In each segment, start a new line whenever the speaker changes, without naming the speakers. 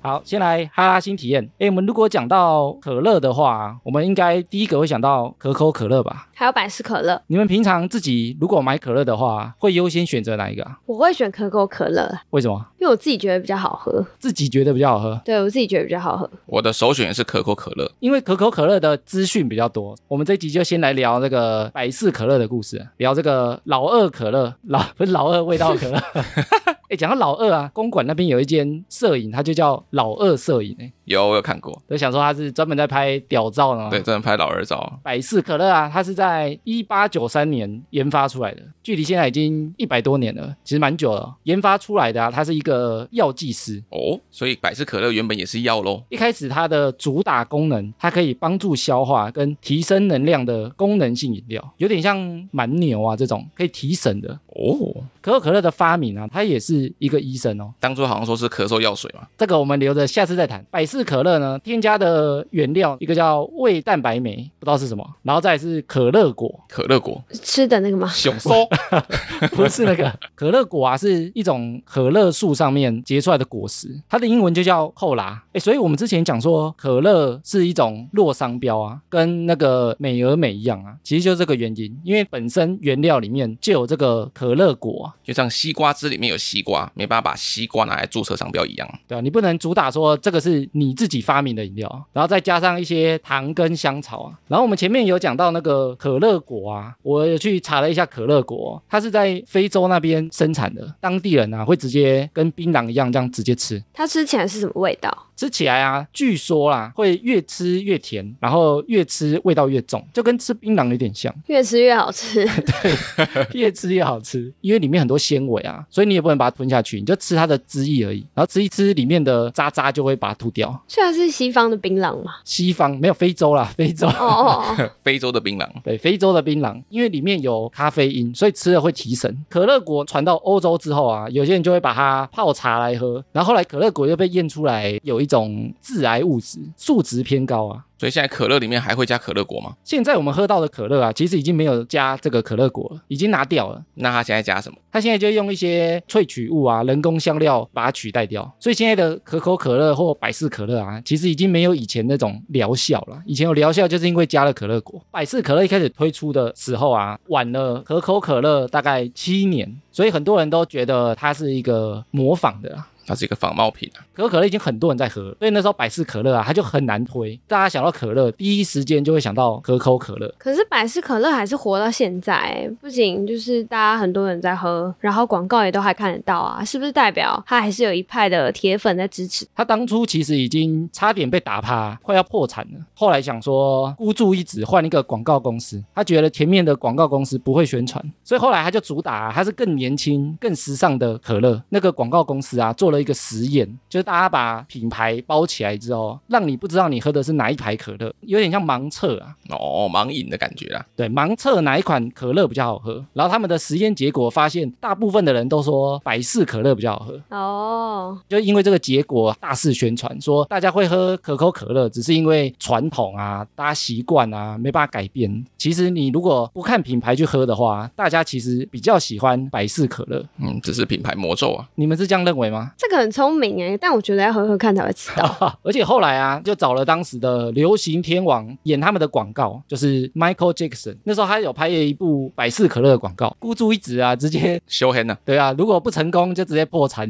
好，先来哈拉新体验。哎，我们如果讲到可乐的话，我们应该第一个会想到可口可乐吧？
还有百事可乐，
你们平常自己如果买可乐的话，会优先选择哪一个、啊？
我会选可口可乐，
为什么？
因为我自己觉得比较好喝。
自己觉得比较好喝，
对我自己觉得比较好喝。
我的首选也是可口可乐。
因为可口可乐的资讯比较多。我们这一集就先来聊这个百事可乐的故事，聊这个老二可乐，老 不是老二味道可乐。哎，讲到老二啊，公馆那边有一间摄影，它就叫老二摄影、欸。哎，
有，我有看过。
就想说它是专门在拍屌照的嘛。
对，真的拍老二照，
百事可乐啊，它是在一八九三年研发出来的，距离现在已经一百多年了，其实蛮久了。研发出来的啊，他是一个药剂师。
哦，所以百事可乐原本也是药喽。
一开始它的主打功能，它可以帮助消化跟提升能量的功能性饮料，有点像蛮牛啊这种可以提神的。
哦，
可口可乐的发明啊，它也是一个医生哦。
当初好像说是咳嗽药水嘛，
这个我们留着下次再谈。百事可乐呢，添加的原料一个叫胃蛋白酶，不知道是什么，然后再来是可乐果，
可乐果、
吃的那个吗？
熊松
不是那个可乐果啊，是一种可乐树上面结出来的果实，它的英文就叫后拉。哎，所以我们之前讲说可乐是一种落商标啊，跟那个美而美一样啊，其实就是这个原因，因为本身原料里面就有这个可乐果啊，
就像西瓜汁里面有西瓜，没办法把西瓜拿来注册商标一样。
对啊，你不能主打说这个是你自己发明的饮料啊，然后再加上一些糖跟香草啊。然后我们前面有讲到那个可乐果啊，我有去查了一下可乐果，哦它是在非洲那边生产的，当地人啊会直接跟槟榔一样这样直接吃，
它吃起来是什么味道？
吃起来啊，据说啦会越吃越甜，然后越吃味道越重，就跟吃槟榔有点像，
越吃越好吃。
越吃越好吃，因为里面很多纤维啊，所以你也不能把它吞下去，你就吃它的汁液而已，然后吃一吃里面的渣渣就会把它吐掉。
虽然是西方的槟榔嘛，
西方没有非洲啦， 非洲。
哦哦， 哦
非洲的槟榔，
对非洲的槟榔，因为里面有咖啡因，所以吃了会提神。可乐果传到欧洲之后啊，有些人就会把它泡茶来喝，然后后来可乐果又被验出来有一种致癌物质，数值偏高啊。
所以现在可乐里面还会加可乐果吗？
现在我们喝到的可乐啊，其实已经没有加这个可乐果了，已经拿掉了。
那它现在加什么？
它现在就用一些萃取物啊、人工香料把它取代掉，所以现在的可口可乐或百事可乐啊，其实已经没有以前那种疗效了。以前有疗效就是因为加了可乐果，百事可乐一开始推出的时候啊，晚了可口可乐大概七年，所以很多人都觉得它是一个模仿的啊。
它是一个仿冒品啊，
可口可乐已经很多人在喝了，所以那时候百事可乐啊，它就很难推。大家想到可乐，第一时间就会想到可口可乐。
可是百事可乐还是活到现在、不仅就是大家很多人在喝，然后广告也都还看得到啊，是不是代表它还是有一派的铁粉在支持？
他当初其实已经差点被打趴，快要破产了。后来想说孤注一掷换一个广告公司，他觉得前面的广告公司不会宣传，所以后来他就主打、啊、他是更年轻、更时尚的可乐。那个广告公司啊做了一个实验，就是大家把品牌包起来之后，让你不知道你喝的是哪一排可乐，有点像盲测啊。
哦，盲饮的感觉啦。
对，盲测哪一款可乐比较好喝，然后他们的实验结果发现，大部分的人都说百事可乐比较好喝，
哦，
就因为这个结果大肆宣传，说大家会喝可口可乐，只是因为传统啊，大家习惯啊，没办法改变。其实你如果不看品牌去喝的话，大家其实比较喜欢百事可乐。
嗯，只是品牌魔咒啊。
你们是这样认为吗？
这个很聪明哎，但我觉得要喝喝看才会知道。
而且后来 啊，就找了当时的流行天王演他们的广告，就是 Michael Jackson。那时候他有拍一部百事可乐的广告，孤注一掷啊，直接
修黑呢，
对啊，如果不成功就直接破产。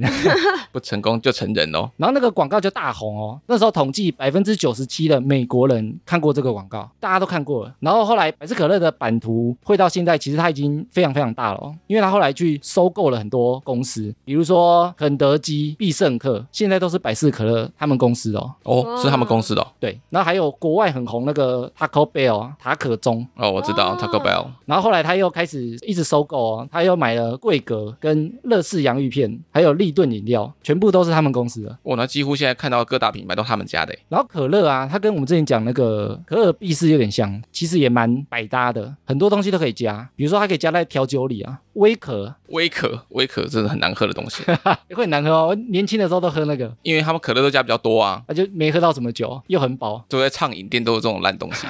不成功就成人喽。
然后那个广告就大红哦。那时候统计百分之九十七的美国人看过这个广告，大家都看过了。然后后来百事可乐的版图会到现在，其实它已经非常非常大了、哦，因为它后来去收购了很多公司，比如说肯德基、必胜客，现在都是百事可乐他们公司的哦。
哦，是他们公司的哦。
对，然后还有国外很红那个 Taco Bell 啊，塔可中。
哦我知道
哦
Taco Bell。
然后后来他又开始一直收购哦，他又买了桂格跟乐事洋芋片，还有立顿饮料，全部都是他们公司的。
哇，哦那几乎现在看到各大品牌都他们家的耶。欸
然后可乐啊，它跟我们之前讲那个可尔必斯有点像，其实也蛮百搭的，很多东西都可以加，比如说它可以加在调酒里啊，微可
威可，威可真的很难喝的东西，
也会很难喝哦，我年轻的时候都喝那个，
因为他们可乐都加比较多啊，
那就没喝到什么酒，又很饱。
都在畅饮店都有这种烂东西。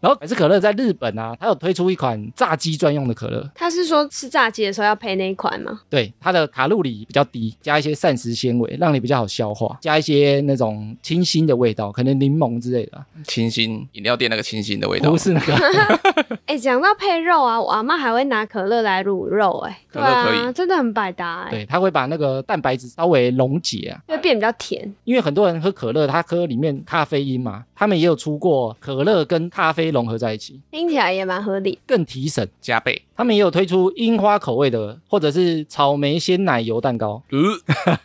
然后百事可乐在日本啊，它有推出一款炸鸡专用的可乐，
他是说吃炸鸡的时候要配那一款吗？
对，它的卡路里比较低，加一些膳食纤维，让你比较好消化，加一些那种清新的味道，可能柠檬之类的啊，
清新饮料店那个清新的味道
不，是那个。
哎、讲到配肉啊，我阿妈还会拿可乐来卤肉、哎，
可
对
乐可
啊，真的很百搭、哎，
对，它会把那个蛋白质稍微溶解啊，
会变比较甜。
因为很多人喝可乐，他喝里面咖啡因嘛，他们也有出过可乐跟咖啡融合在一起，
听起来也蛮合理。
更提神。
加倍。
他们也有推出樱花口味的，或者是草莓鲜奶油蛋糕，
呃，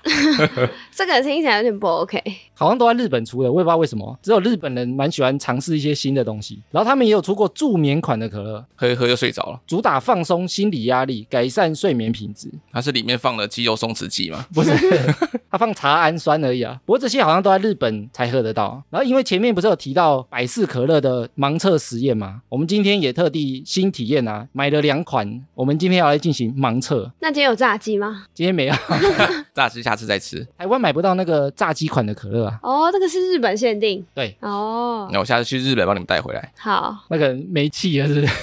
这个听起来有点不 OK。
好像都在日本出的，我也不知道为什么，只有日本人蛮喜欢尝试一些新的东西。然后他们也有出过助眠款的可乐，
喝一喝就睡着了。
主打放松心理压力，改善睡眠品质。
它是里面放了肌肉松弛剂嘛？
不是， 它放茶氨酸而已啊。不过这些好像都在日本才喝得到啊。然后因为前面不是有提到百事可乐的盲测实验吗？我们今天也特地新体验啊，买了两款，我们今天要来进行盲测。
那今天有炸鸡吗？
今天没有，
榨汁下次再吃。
台湾买不到那个炸鸡款的可乐啊。
哦，这个是日本限定
对，
哦。
那我下次去日本帮你们带回来。
好，
那个没气了，是不是？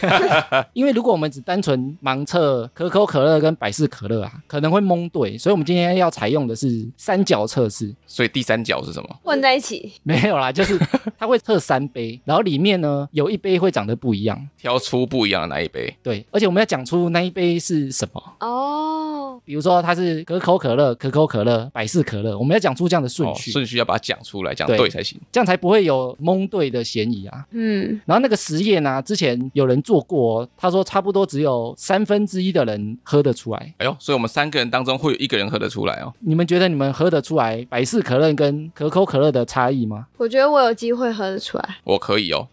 因为如果我们只单纯盲测可口可乐跟百事可乐啊，可能会蒙对，所以我们今天要采用的是三角测试。
所以第三角是什么？
混在一起，
没有啦，就是它会测三杯，然后里面呢有一杯会长得不一样。
挑出不一样的那一杯。
对，而且我们要讲出那一杯是什么，
哦，
比如说它是可口可乐、可口可乐、百事可乐，我们要讲出这样的顺
哦
序，
顺序要把它讲出来，讲
对
对才行。
这样才不会有蒙对的嫌疑啊。
嗯，
然后那个实验啊，之前有人做过，他说差不多只有三分之一的人喝得出来。
哎呦，所以我们三个人当中会有一个人喝得出来哦。
你们觉得你们喝得出来百事可乐跟可口可乐的差异吗？
我觉得我有机会喝得出来。
我可以哦，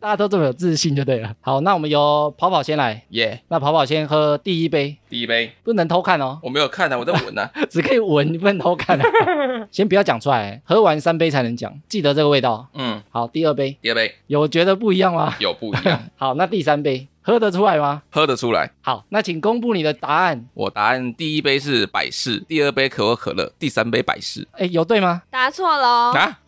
大家都这么有自信就对了。好，那我们由跑跑先来，
耶、
那跑跑先喝第一杯，
第一杯
不能偷看哦，
我没有看啊，我在闻 啊。
只可以闻，不能偷看、啊。先不要讲出来，喝完三杯才能讲，记得这个味道。
嗯，
好，第二杯
第二杯
有觉得不一样吗？
有不一 样，
好，那第三杯喝得出来吗？
喝得出来。
好，那请公布你的答案。
我答案第一杯是百事，第二杯可口可乐，第三杯百事
哎，有对吗？
答错了哦，
啊。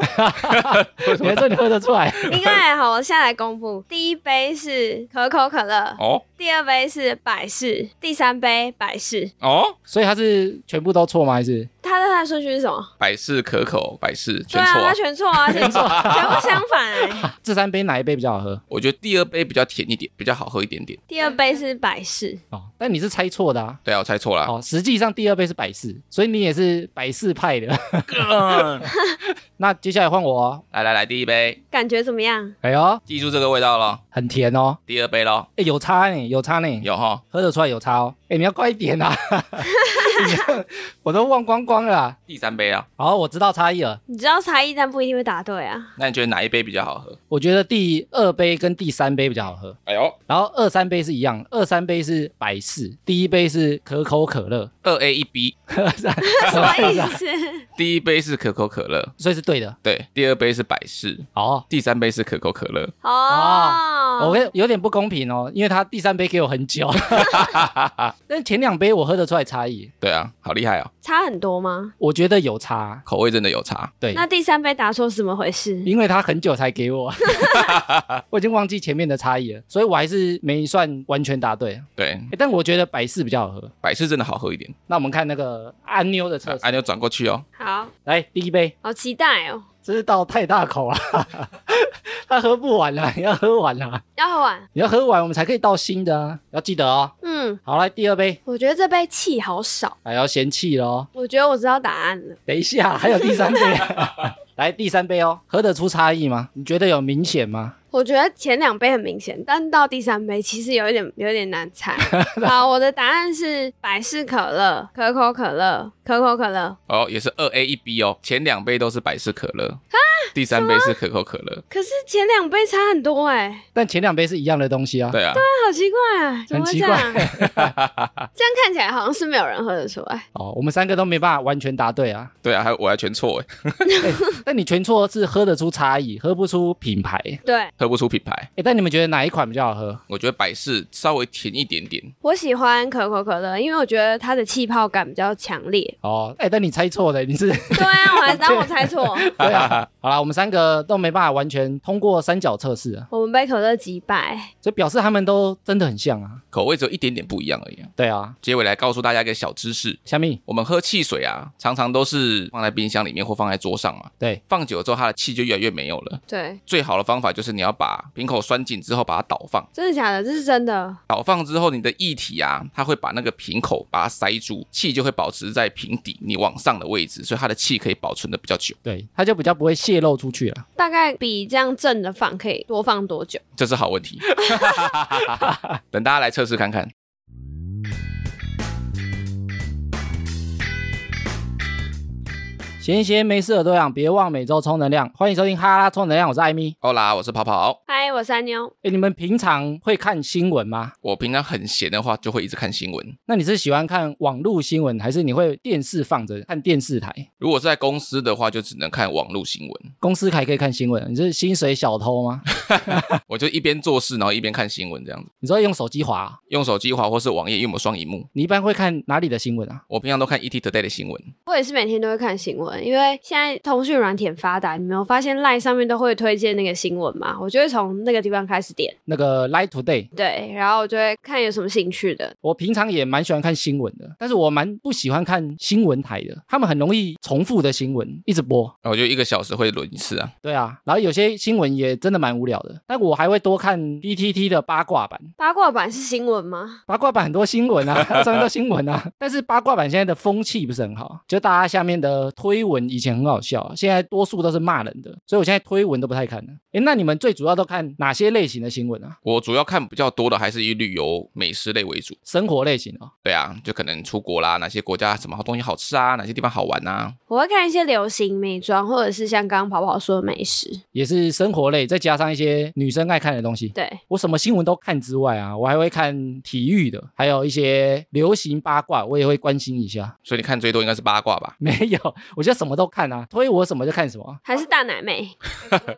你还说你喝得出来？
应该还好。我现在来公布，第一杯是可口可乐，
哦
第二杯是百事，第三杯百事。
哦，
所以它是全部都错吗？还是
它的它的顺序是什么？
百事可口，百事
对
全
啊，
错、
它全错啊，全错，全部相反、欸。
这三杯哪一杯比较好喝？
我觉得第二杯比较甜一点，比较好喝一点点。
第二杯是百事，
哦，但你是猜错的啊。
对啊，我猜错了啊。
哦，实际上第二杯是百事，所以你也是百事派的。 那接下来换我、哦，
来来来，第一杯，
感觉怎么样？
哎呦，
记住这个味道咯。
很甜哦，
第二杯咯，
哎，有差呢，有差呢，
有哈。
喝得出来有差 哦。哎，你要快一点啊，你这样我都忘光光了啊。
第三杯啊，
好，我知道差异了。
你知道差异，但不一定会答对啊。
那你觉得哪一杯比较好喝？
我觉得第二杯跟第三杯比较好喝，
哎呦，
然后二三杯是一样，二三杯是百事，第一杯是可口可乐，
二 A 一 B，
什么意 思？
第一杯是可口可乐，
所以是对的。
对，第二杯是百事，
哦，
第三杯是可口可乐。
我
哦，
跟有点不公平哦，因为他第三杯给我很 久，但前两杯我喝得出来差异，
对啊，好厉害哦，
差很多吗？
我觉得有差。
口味真的有差。
对，
那第三杯答错是怎么回事？
因为他很久才给我， 我已经忘记前面的差异了，所以我还是没算完全答对。
对，
诶但我觉得百事比较好喝。
百事真的好喝一点。
那我们看那个按妞的测试，
按钮转过去哦，
好
来第一杯，
好期待哦，
这是倒太大口了， 他喝不完了，你要喝完了，
要喝完。
你要喝完我们才可以倒新的啊，要记得哦。
嗯，
好，来第二杯，
我觉得这杯气好少，
哎，要嫌弃了哦。
我觉得我知道答案了。
等一下，还有第三杯，啊 来第三杯哦，喝得出差异吗？你觉得有明显吗？
我觉得前两杯很明显，但到第三杯其实有一点有点难 猜。好，我的答案是百事可乐、可口可乐、可口可乐。
哦，也是二 A 一 B 哦，前两杯都是百事可乐，第三杯是可口可乐。
可是前两杯差很多哎、
但前两杯是一样的东西啊。
对啊，
那好奇怪、啊，怎么会这样？
很
这样看起来好像是没有人喝得出来。
哦，我们三个都没办法完全答对啊。
对啊，还有我还全错哎，
但你全错是喝得出差异，喝不出品牌。哎、
对
喝不出品牌。
但你们觉得哪一款比较好喝？。
我觉得百事稍微甜一点点，
我喜欢可口可乐，因为我觉得它的气泡感比较强烈
哦，哎、但你猜错了，你是
对啊，我还当我猜错。
对啊。好啦，我们三个都没办法完全通过三角测试啊，
我们被可乐击败，
所以表示他们都真的很像啊。
口味只有一点点不一样而已啊、
对啊，
结尾来告诉大家一个小知识：
虾米，
我们喝汽水啊，常常都是放在冰箱里面或放在桌上嘛，
对，
放久了之后它的气就越来越没有了。
对，
最好的方法就是你要把瓶口拴紧之后，把它倒放，
真的假的？这是真的，
倒放之后，你的液体啊，它会把那个瓶口把它塞住，气就会保持在瓶底你往上的位置，所以它的气可以保存的比较久，
对，它就比较不会泄露出去了。
大概比这样正的放可以多放多久？
这是好问题。等大家来测试看看。
闲闲没事的多养，别忘每周充能量。欢迎收听哈拉充能量，我是艾米。
欧啦，我是跑跑。
嗨，我是安妞，
哎，你们平常会看新闻吗？
我平常很闲的话，就会一直看新闻。
那你是喜欢看网络新闻，还是你会电视放着看电视台？
如果是在公司的话，就只能看网络新 闻，
公司还可以看新闻，你是薪水小偷吗？
我就一边做事，然后一边看新闻这样子，
你说用手机滑啊、
用手机滑或是网页，因为我们双荧幕。
你一般会看哪里的新闻啊？
我平常都看 ET Today 的新闻，
我也是每天都会看新闻，因为现在通讯软体很发达，你没有发现 LINE 上面都会推荐那个新闻嘛？我就会从那个地方开始点，
那个 Live Today，
对，然后我就会看有什么兴趣的，
我平常也蛮喜欢看新闻的，但是我蛮不喜欢看新闻台的，他们很容易重复的新闻一直播。
然后我就一个小时会轮一次啊。
对啊，然后有些新闻也真的蛮无聊的，但我还会多看 PTT 的八卦版，
八卦版是新闻吗？
八卦版很多新闻啊， 上面都新闻啊。但是八卦版现在的风气不是很好，就大家下面的推文以前很好笑，啊现在多数都是骂人的，所以我现在推文都不太看了。诶，那你们最主要都看哪些类型的新闻啊？
我主要看比较多的还是以旅游、美食类为主。
生活类型哦，
对啊，就可能出国啦，哪些国家什么好东西好吃啊，哪些地方好玩啊。
我会看一些流行美妆，或者是像刚刚跑跑说的美食，
也是生活类，再加上一些女生爱看的东西。
对，
我什么新闻都看之外啊，我还会看体育的，还有一些流行八卦，我也会关心一下。
所以你看最多应该是八卦吧？
没有，我就什么都看啊，推我什么就看什么。
还是大奶 妹，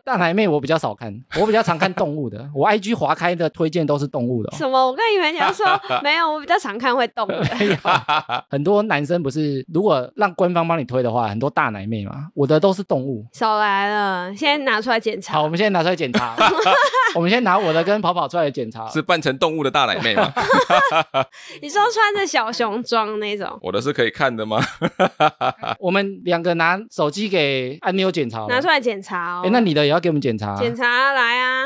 大奶妹我比较少看，我比较常看动物的。我 IG 划开的推荐都是动物的、哦。
什么？我刚以为 你要说没有，我比较常看会动的，
哎呀，很多男生不是，如果让官方帮你推的话，很多大奶妹嘛，我的都是动物。
少来了，现在拿出来检
好，
查
我。们现在拿出来检查， 我们先拿我的跟跑跑出来检查。
是扮成动物的大奶妹吗？
你说穿着小熊装那种，
我的是可以看的吗？
我们两个拿手机给按钮检查了。
拿出来检查哦。
哎，那你的也要给我们检查啊、
检查来啊，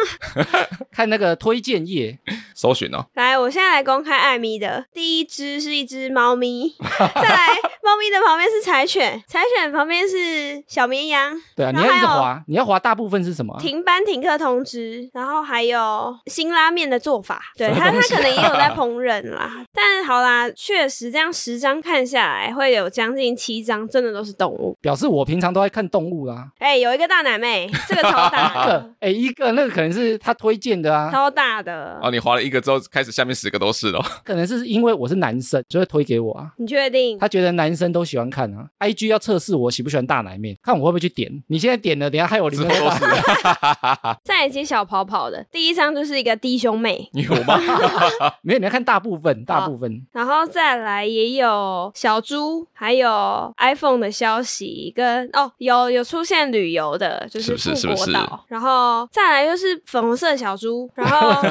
看那个推荐页，
搜寻哦，
来，我现在来公开艾米的。第一只是一只猫咪，再来，猫咪的旁边是柴犬，柴犬旁边是小绵羊，
对啊，你
然后
要一直
还有
滑，你要滑大部分是什么啊？
停班停课通知，然后还有辛拉面的 做法，对
什么
他他
东西啊
可能也有在烹饪啦。但好啦，确实这样十张看下来，会有将近七张真的都是动物。
表示我平常都在看动物啦、
哎、有一个大奶妹，这个超大
一
的
个，哎，一个那个可能是他推荐的啊，
超大的，
哦，你划了一个之后，开始下面十个都是了。
可能是因为我是男生，就会推给我啊。
你确定？
他觉得男生都喜欢看啊，IG 要测试我喜不喜欢大奶妹，看我会不会去点。你现在点了，等一下害我里面
之后
都是。啊
再来接小跑跑的，第一张就是一个弟兄妹，
你有吗？
没有，你要看大部分，大部分。
然后再来也有小猪，还有 iPhone 的消息跟哦，有有出现旅游的，就是是
不
富
是
国岛，
是不是
然后再来又是粉红色的小猪，然 后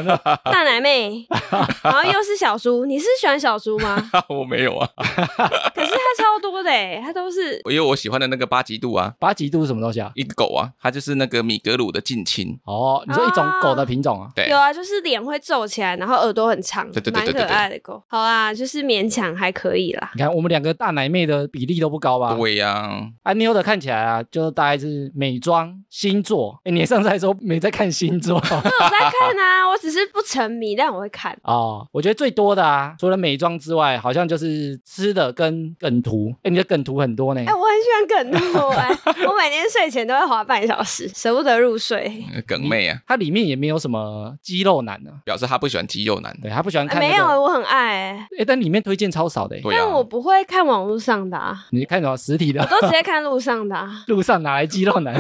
大奶妹，然后又是小猪。你是喜欢小猪吗？
我没有啊，
可是它超多的诶，它都是
因为我喜欢的那个八极度啊，
八极度是什么东西啊？
一个狗啊，它就是那个米格鲁的近亲。
哦，你说一种狗的品种啊？
对
有啊，就是脸会皱起来，然后耳朵很长，
对对对
蛮
对
可
对
爱的狗。好啦，就是勉强还可以啦。
你看我们两个大奶妹的比例都不高吧？
对呀、
安妞的看起来啊，就大概是美妆、星座。哎，你上次还说没在看星座
我有在看啊，我只是不沉迷，但我会看。
哦，我觉得最多的啊，除了美妆之外，好像就是吃的跟梗图。哎，你的梗图很多呢。
哎、我很喜欢梗图哎、我每天睡前都会滑半小时，舍不得入睡。
梗妹啊，
它里面也没有什么肌肉男呢、
表示她不喜欢肌肉男。
对他不喜欢
哎
看、那
没
个
有，我很爱、哎
哎，但里面推荐超少的欸。
对啊
但，我不会看网络上的、啊，
你看什么实体的？
都直接看路上的、啊。
路上哪来肌肉 男？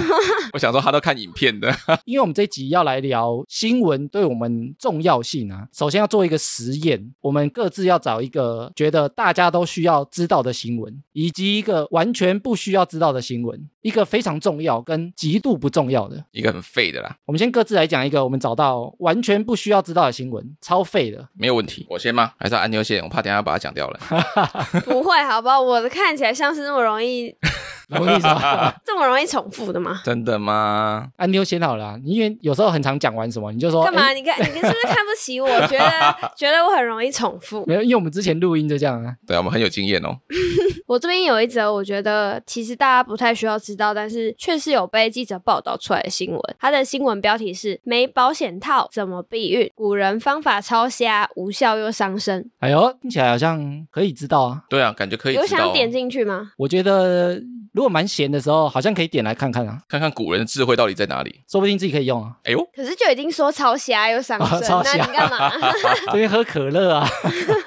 我想说她都看影片的。
因为我们这一集要来聊新闻对我们重要性啊，首先要做一个实验，我们各自要找一个觉得大家都需要知道的新闻，以及一个完全不需需要知道的新闻，一个非常重要跟极度不重要的。
一个很废的啦，
我们先各自来讲一个我们找到完全不需要知道的新闻，超废的。
没有问题。我先吗？还是按钮先？我怕等一下把它讲掉了。
不会，好吧？我的看起来像是那么容易
容易什么？
这么容易重复的吗？
真的吗？
啊，你有先好了啊、你因为有时候很常讲完什么，你就说哎
干？嘛？
哦诶
你看，你是不是看不起我？觉得觉得我很容易重复。
没有，因为我们之前录音就这样啊。
对啊，我们很有经验哦。
我这边有一则，我觉得其实大家不太需要知道，但是确实有被记者报道出来的新闻。它的新闻标题是“没保险套怎么避孕？古人方法超瞎，无效又伤身
哎呦，听起来好像可以知道啊。
对啊，感觉”可以
有
知道、
想
哦，
点进去吗？
我觉得如果蛮闲的时候，好像可以点来看看啊，
看看古人的智慧到底在哪里。
说不定自己可以 用啊。
哎呦，
可是就已经说超瞎又伤
啊
身，
超
那
瞎
你干嘛？
这边喝可乐啊，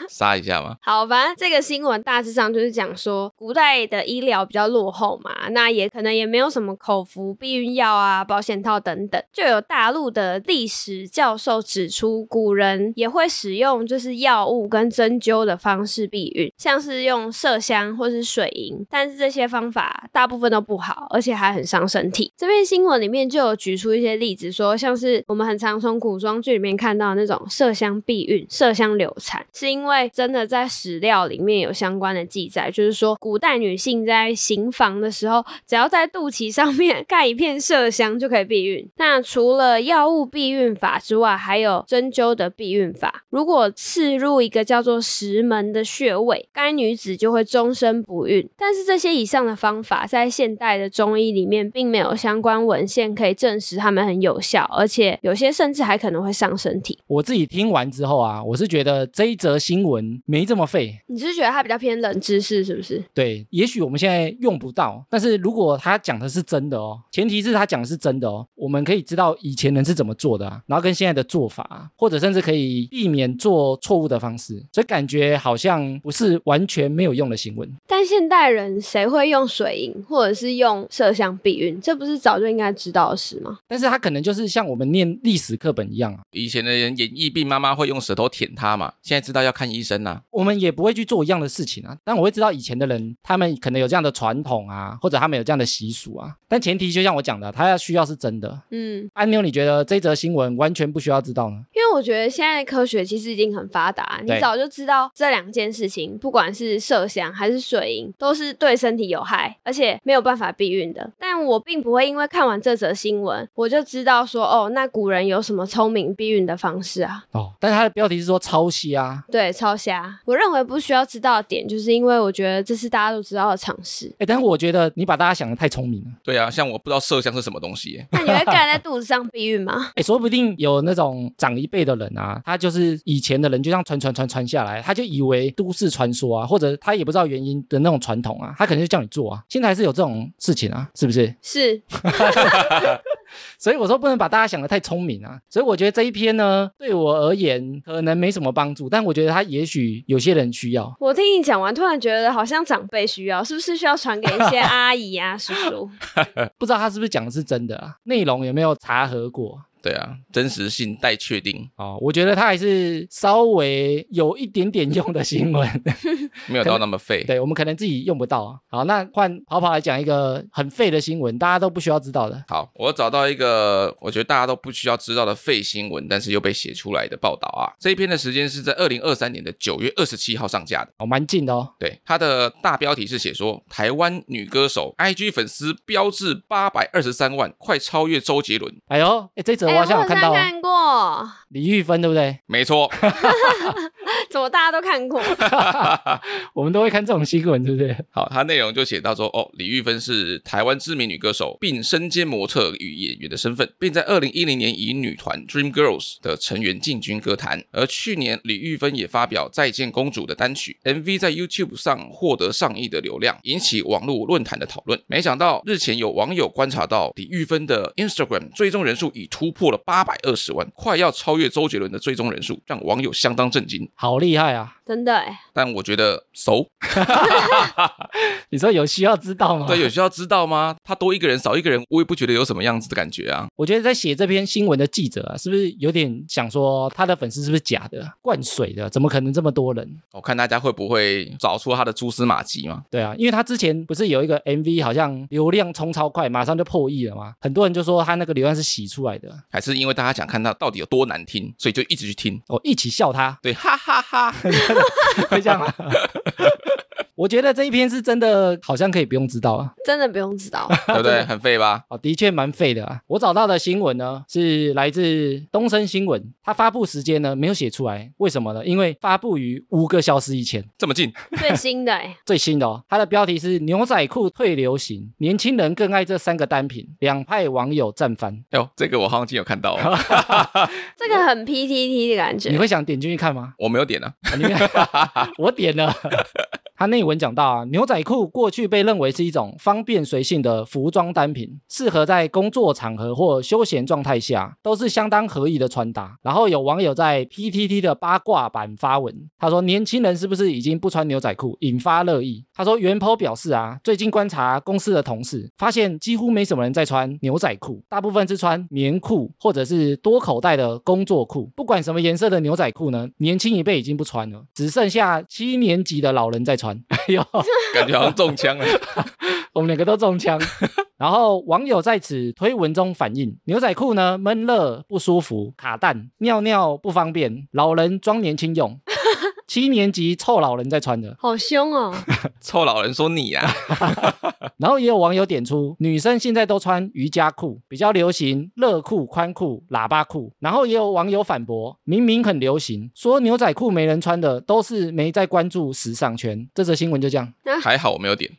杀一下嘛。
好，反正这个新闻大致上就是讲说，古代的医疗比较落后嘛，那也可能也没有什么口服避孕药啊、保险套等等。就有大陆的历史教授指出，古人也会使用就是药物跟针灸的方式避孕，像是用麝香或是水银，但是这些方法大部分都不好，而且还很伤身体。这篇新闻里面就有举出一些例子说，像是我们很常从古装剧里面看到的那种麝香避孕、麝香流产，是因为真的在史料里面有相关的记载，就是说古代女性在行房的时候，只要在肚脐上面 盖一片麝香就可以避孕。那除了药物避孕法之外，还有针灸的避孕法。如果刺入一个叫做石门的穴位，该女子就会终身不孕。但是这些以上的方法在现代的中医里面并没有相关文献可以证实它们很有效，而且有些甚至还可能会伤身体。
我自己听完之后啊，我是觉得这一则新闻没这么废。
你是觉得它比较偏冷知识是不是？
对，也许我们现在用不到，但是如果他讲的是真的哦，前提是他讲的是真的哦，我们可以知道以前人是怎么做的啊，然后跟现在的做法啊，或者甚至可以避免做错误的方式，所以感觉好像不是完全没有用的新闻。
但现代人谁会用水银或者是用麝香避孕？这不是早就应该知道的事吗？
但是他可能就是像我们念历史课本一样啊，
以前的人演疫病，妈妈会用舌头舔它嘛，现在知道要看医生啊啦、
我们也不会去做一样的事情啊。但我会知道以前的人，他们可能有这样的传统啊，或者他们有这样的习俗啊。但前提就像我讲的，他要需要是真的。
嗯，
安妞，你觉得这则新闻完全不需要知道呢？
因为我觉得现在科学其实已经很发达，你
对
早就知道这两件事情，不管是麝香还是水银，都是对身体有害，而且没有办法避孕的。但我并不会因为看完这则新闻，我就知道说哦，那古人有什么聪明避孕的方式啊？
哦，但是它的标题是说抄袭啊。
对，超瞎。我认为不需要知道的点，就是因为我觉得这是大家都知道的常识。
哎，但是我觉得你把大家想的太聪明了。
对啊，像我不知道麝香是什么东西 耶，
那你会盖在肚子上避孕吗？
哎，说不定有那种长一辈的人啊，他就是以前的人，就这样传传传传下来，他就以为都市传说啊，或者他也不知道原因的那种传统啊，他可能就叫你做啊。现在还是有这种事情啊，是不是？
是，
所以我说不能把大家想得太聪明啊。所以我觉得这一篇呢，对我而言可能没什么帮助，但我觉得它也许有些人需要。
我听你讲完，突然觉得好像长辈需要，是不是需要传给一些阿姨啊、叔 叔？
不知道他是不是讲的是真的啊？内容有没有查核过？
对啊，真实性待确定，
哦，我觉得它还是稍微有一点点用的新闻，
没有到那么废。
对我们可能自己用不到啊。好，那换跑跑来讲一个很废的新闻，大家都不需要知道的。
好，我找到一个我觉得大家都不需要知道的废新闻，但是又被写出来的报道啊。这一篇的时间是在二零二三年的九月二十七号上架的。
哦，蛮近的哦，
对，它的大标题是写说台湾女歌手 IG 粉丝标志八百二十三万，快超越周杰伦。
哎呦，哎，这则
哎
我好像有看到、
我好像
哦
看过，
李玉芬，对不对？
没错，
怎么大家都看 过？
我们都会看这种新闻，对不对？
好，它内容就写到说，哦，李玉芬是台湾知名女歌手，并身兼模特与演员的身份，并在二零一零年以女团 Dream Girls 的成员进军歌坛。而去年，李玉芬也发表《再见公主》的单曲 MV，在 YouTube 上获得上亿的流量，引起网络论坛的讨论。没想到日前有网友观察到，李玉芬的 Instagram 追踪人数已突破了八百二十万，快要超越周杰伦的追踪人数，让网友相当震惊。
好厉害啊！
真的哎，
但我觉得熟，
你说有需要知道吗？
对，有需要知道吗？他多一个人少一个人，我也不觉得有什么样子的感觉啊。
我觉得在写这篇新闻的记者啊，是不是有点想说他的粉丝是不是假的、灌水的？怎么可能这么多人？
我看大家会不会找出他的蛛丝马迹嘛？
对啊，因为他之前不是有一个 MV 好像流量冲超快，马上就破亿了嘛，很多人就说他那个流量是洗出来的，
还是因为大家想看他到底有多难听，所以就一直去听？，
我、哦一起笑他
对，哈哈哈
会这样吗？ 我觉得这一篇是真的，好像可以不用知道啊。
真的不用知 道。
对不对？很废吧？
哦，的确蛮废的啊。我找到的新闻呢，是来自东森新闻，它发布时间呢没有写出来，为什么呢？因为发布于五个小时以前，
这么近，
最新的哎，
最新的哦。它的标题是“牛仔裤退流行，年轻人更爱这三个单品”，两派网友战翻。
哎呦，这个我好像有看到、哦，
这个很 PTT 的感
你
觉。
会想点进去看吗？
我没有点啊。
啊你没有 我点了。他内文讲到啊，牛仔裤过去被认为是一种方便随性的服装单品，适合在工作场合或休闲状态下，都是相当合宜的穿搭。然后有网友在 PTT 的八卦版发文，他说年轻人是不是已经不穿牛仔裤，引发热议。他说袁坡表示啊，最近观察公司的同事，发现几乎没什么人在穿牛仔裤，大部分是穿棉裤或者是多口袋的工作裤。不管什么颜色的牛仔裤呢，年轻一辈已经不穿了，只剩下七年级的老人在穿。 哎呦，
感觉好像中枪了。
我们两个都中枪。 然后网友在此推文中反映，牛仔裤呢闷热不舒服，卡蛋尿尿不方便，老人装年轻用， 七年级臭老人在穿的。
好凶 哦！
臭老人说你啊，
然后也有网友点出，女生现在都穿瑜伽裤，比较流行热裤、宽裤、喇叭裤。然后也有网友反驳，明明很流行，说牛仔裤没人穿的，都是没在关注时尚圈。这则新闻就这样
还好我没有点。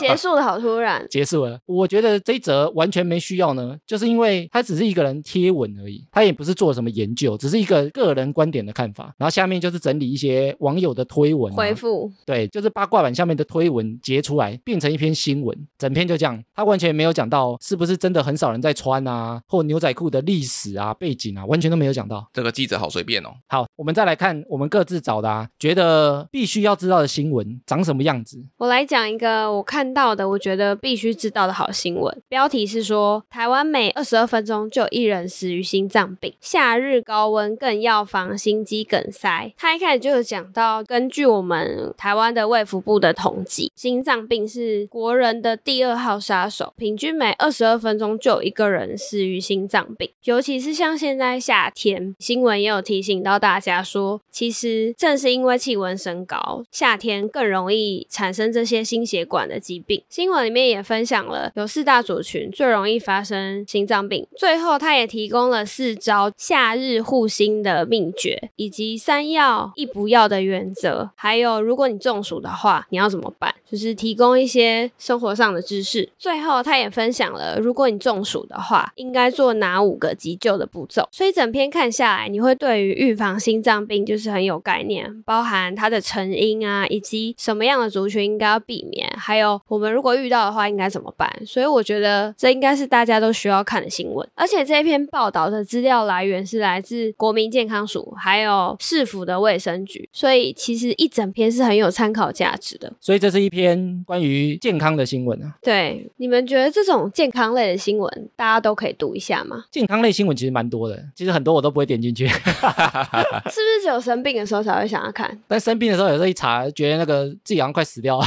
结束的好突然，
结束了。我觉得这一则完全没需要呢，就是因为他只是一个人贴文而已，他也不是做什么研究，只是一个个人观点的看法。然后下面就是整理一些网友的推文、啊，
回复
对，就是八卦版下面的推文截出来，变成一篇新闻，整篇就这样。他完全没有讲到是不是真的很少人在穿啊，或牛仔裤的历史啊、背景啊，完全都没有讲到。
这个记者好随便哦，
好，我们再来看我们各自找的啊，觉得必须要知道的新闻长什么样子。
我来讲一个我看到的，我觉得必须知道的好新闻。标题是说，台湾每二十二分钟就有一人死于心脏病，夏日高温更要防心肌梗塞。他一开始就有讲到，根据我们台湾的卫福部的统计，心脏病是国人的第二号杀手，平均每二十二分钟就有一个人死于心脏病。尤其是像现在夏天，新闻也有提醒到大家说，其实正是因为气温升高，夏天更容易产生这些心血管的疾病。新闻里面也分享了有四大族群最容易发生心脏病，最后他也提供了四招夏日护心的秘诀，以及三要一不要的原则，还有如果你中暑的话，你要怎么办？就是提供一些生活上的知识。最后，他也分享了，如果你中暑的话，应该做哪五个急救的步骤。所以整篇看下来，你会对于预防心脏病就是很有概念，包含它的成因啊，以及什么样的族群应该要避免，还有我们如果遇到的话应该怎么办。所以我觉得这应该是大家都需要看的新闻。而且这篇报道的资料来源是来自国民健康署还有市府的卫生局，所以其实一整篇是很有参考价值的。
所以这是一篇关于健康的新闻啊。
对，你们觉得这种健康类的新闻，大家都可以读一 下吗？
健康类新闻其实蛮多的，其实很多我都不会点进去，
是不是只有生病的时候才会想要看？
但生病的时候有时候一查，觉得那个自己好像快死掉了。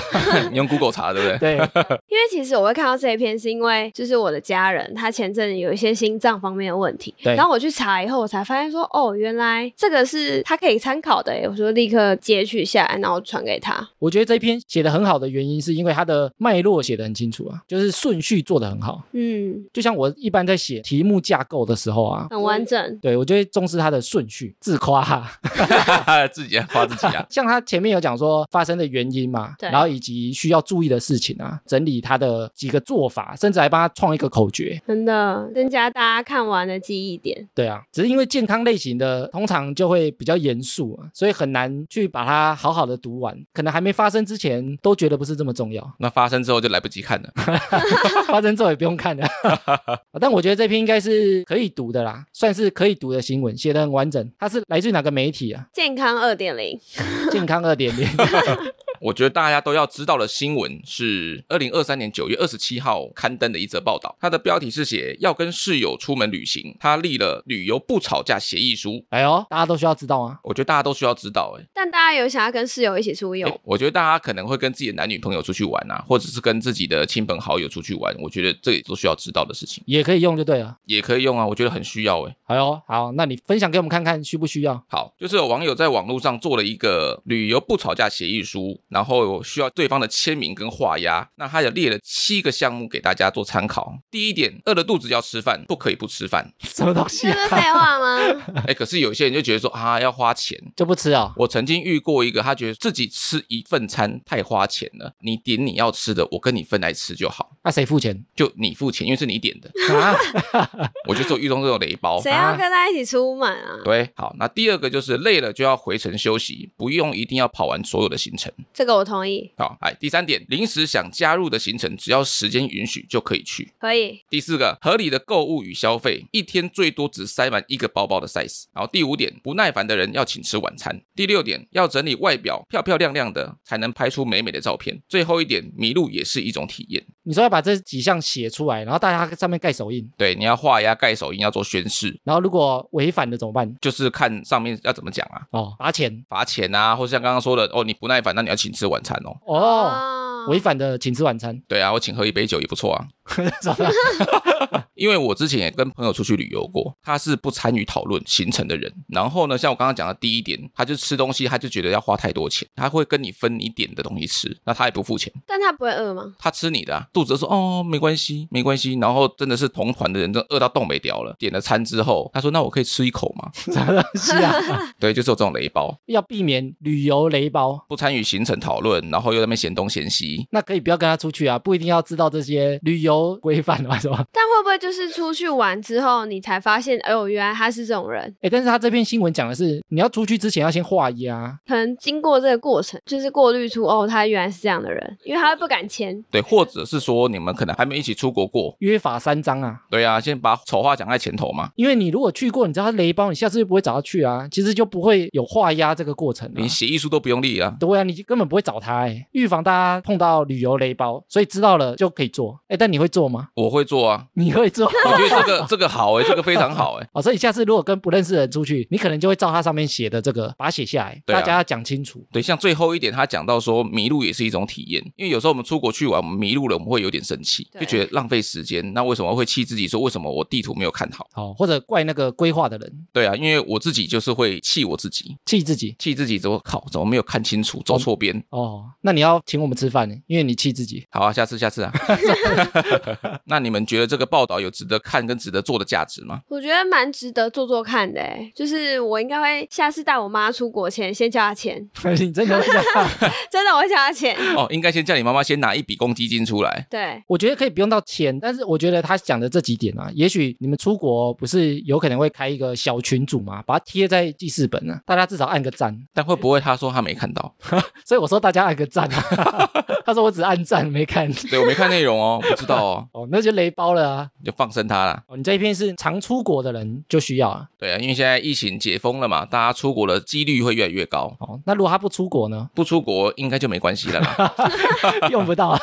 你用 Google 查对不对？
对，
因为其实我会看到这一篇，是因为就是我的家人，他前阵子有一些心脏方面的问题，
对
然后我去查以后，我才发现说，哦，原来这个是他可以参考的耶，我说立刻截取下来，然后传给他。
我觉得这篇写的很好的原因，是因为它的脉络写的很清楚啊，就是顺序做的很好。
嗯，
就像我一般在写题目架构的时候啊，
很完整。
对我就会重视它的顺序，自夸、啊
自己夸自己啊。，
像他前面有讲说发生的原因嘛，
对
然后以及需要注意的事情啊，整理他的几个做法，甚至还帮他创一个口诀。
真的增加大家看完的记忆点，
对啊，只是因为健康类型的通常就会比较严肃啊，所以很难去把它好好的读完，可能还没发生之前都觉觉得不是这么重要
那发生之后就来不及看了。
发生之后也不用看了。 但我觉得这篇应该是可以读的啦，算是可以读的新闻，写的很完整。它是来自于哪个媒体啊？
健康二点零，
健康二点零。
我觉得大家都要知道的新闻是二零二三年九月二十七号刊登的一则报道，它的标题是写要跟室友出门旅行，他立了旅游不吵架协议书。
哎呦，大家都需要知道啊。
我觉得大家都需要知道、欸，
但大家有想要跟室友一起出游
哎，我觉得大家可能会跟自己的男女朋友出去玩啊，或者是跟自己的亲朋好友出去玩，我觉得这也都需要知道的事情，
也可以用就对了。
也可以用啊，我觉得很需要、欸，
哎呦，好，那你分享给我们看看需不需要？
好，就是有网友在网络上做了一个旅游不吵架协议书，然后需要对方的签名跟画押。那他也列了七个项目给大家做参考。第一点，饿了肚子要吃饭，不可以不吃饭。
什么东西
这
啊？
是废话吗？
哎，可是有些人就觉得说啊，要花钱。
就不吃啊、
我曾经遇过一个，他觉得自己吃一份餐太花钱了，你点你要吃的，我跟你分来吃就好，
那、谁付钱
就你付钱，因为是你点的。
啊？
我就说遇到这种雷包，啊
谁要跟他一起出门啊？
对，好，那第二个就是累了就要回程休息，不用一定要跑完所有的行程。
这个我同意，
好，哎，第三点，临时想加入的行程，只要时间允许就可以去。
可以。
第四个，合理的购物与消费，一天最多只塞满一个包包的 size。然后第五点，不耐烦的人要请吃晚餐。第六点，要整理外表，漂漂亮亮的才能拍出美美的照片。最后一点，迷路也是一种体验。
你说要把这几项写出来，然后大家上面盖手印，
对，你要画押、盖手印，要做宣誓，
然后如果违反了怎么办？
就是看上面要怎么讲啊，
哦，罚钱
罚钱啊，或像刚刚说的，哦，你不耐烦，那你要请吃晚餐哦。
哦。
哦
违反的请吃晚餐，
对啊，我请喝一杯酒也不错啊。
是吧
因为我之前也跟朋友出去旅游过，他是不参与讨论行程的人。然后呢，像我刚刚讲的第一点，他就吃东西，他就觉得要花太多钱，他会跟你分你点的东西吃，那他也不付钱，
但他不会饿吗？
他吃你的、啊，肚子就说哦没关系没关系。然后真的是同团的人都饿到冻没掉了，点了餐之后，他说那我可以吃一口吗？
什么东西啊？
对，就是有这种雷包，
要避免旅游雷包，
不参与行程讨论，然后又在那边嫌东嫌西。
那可以不要跟他出去啊，不一定要知道这些旅游规范啊什么。
但会不会就是出去玩之后，你才发现，哎呦，原来他是这种人？
哎，但是他这篇新闻讲的是，你要出去之前要先啊画押，
可能经过这个过程，就是过滤出，哦，他原来是这样的人，因为他会不敢签。
对，或者是说你们可能还没一起出国过，
约法三章啊。
对啊，先把丑话讲在前头嘛。
因为你如果去过，你知道他雷包，你下次就不会找他去啊，其实就不会有画押这个过程、啊
连。协议书都不用立啊，
对啊，你根本不会找他哎、预防大家碰到旅游雷包，所以知道了就可以做。哎，但你会做吗？
我会做啊，
你会做
我觉得 这个这个好哎、这个非常好哎、
哦，所以下次如果跟不认识的人出去，你可能就会照他上面写的这个把它写下来，
对啊
大家要讲清楚。
对，像最后一点，他讲到说迷路也是一种体验，因为有时候我们出国去玩，我们迷路了，我们会有点生气，
对
就觉得浪费时间。那为什么会气自己说为什么我地图没有看好？
好、哦或者怪那个规划的人，
对啊，因为我自己就是会气我自己，
气自己。
气自己怎么靠，怎么没有看清楚，走错边。
哦，那你要请我们吃饭呢，因为你气自己。
好啊，下次下次啊。 那你们觉得这个报道有值得看跟值得做的价值吗？
我觉得蛮值得做做看的，哎，就是我应该会下次带我妈出国前，先叫她签，
你真的会这样？
真的我会叫她签。
哦，应该先叫你妈妈先拿一笔公积金出来。
对，
我觉得可以不用到钱，但是我觉得他讲的这几点啊，也许你们出国哦不是有可能会开一个小群组嘛，把它贴在记事本啊，大家至少按个赞。
但会不会他说他没看到？
所以我说大家按个赞啊， 他说我只按赞没看，
对我没看内容哦，不知道哦，
哦，那就雷包了啊。
就放生他啦。
哦，你这一篇是常出国的人就需要啊。
对啊，因为现在疫情解封了嘛，大家出国的几率会越来越高。？
哦，那如果他不出国呢
不出国应该就没关系了啦，
用不到啊。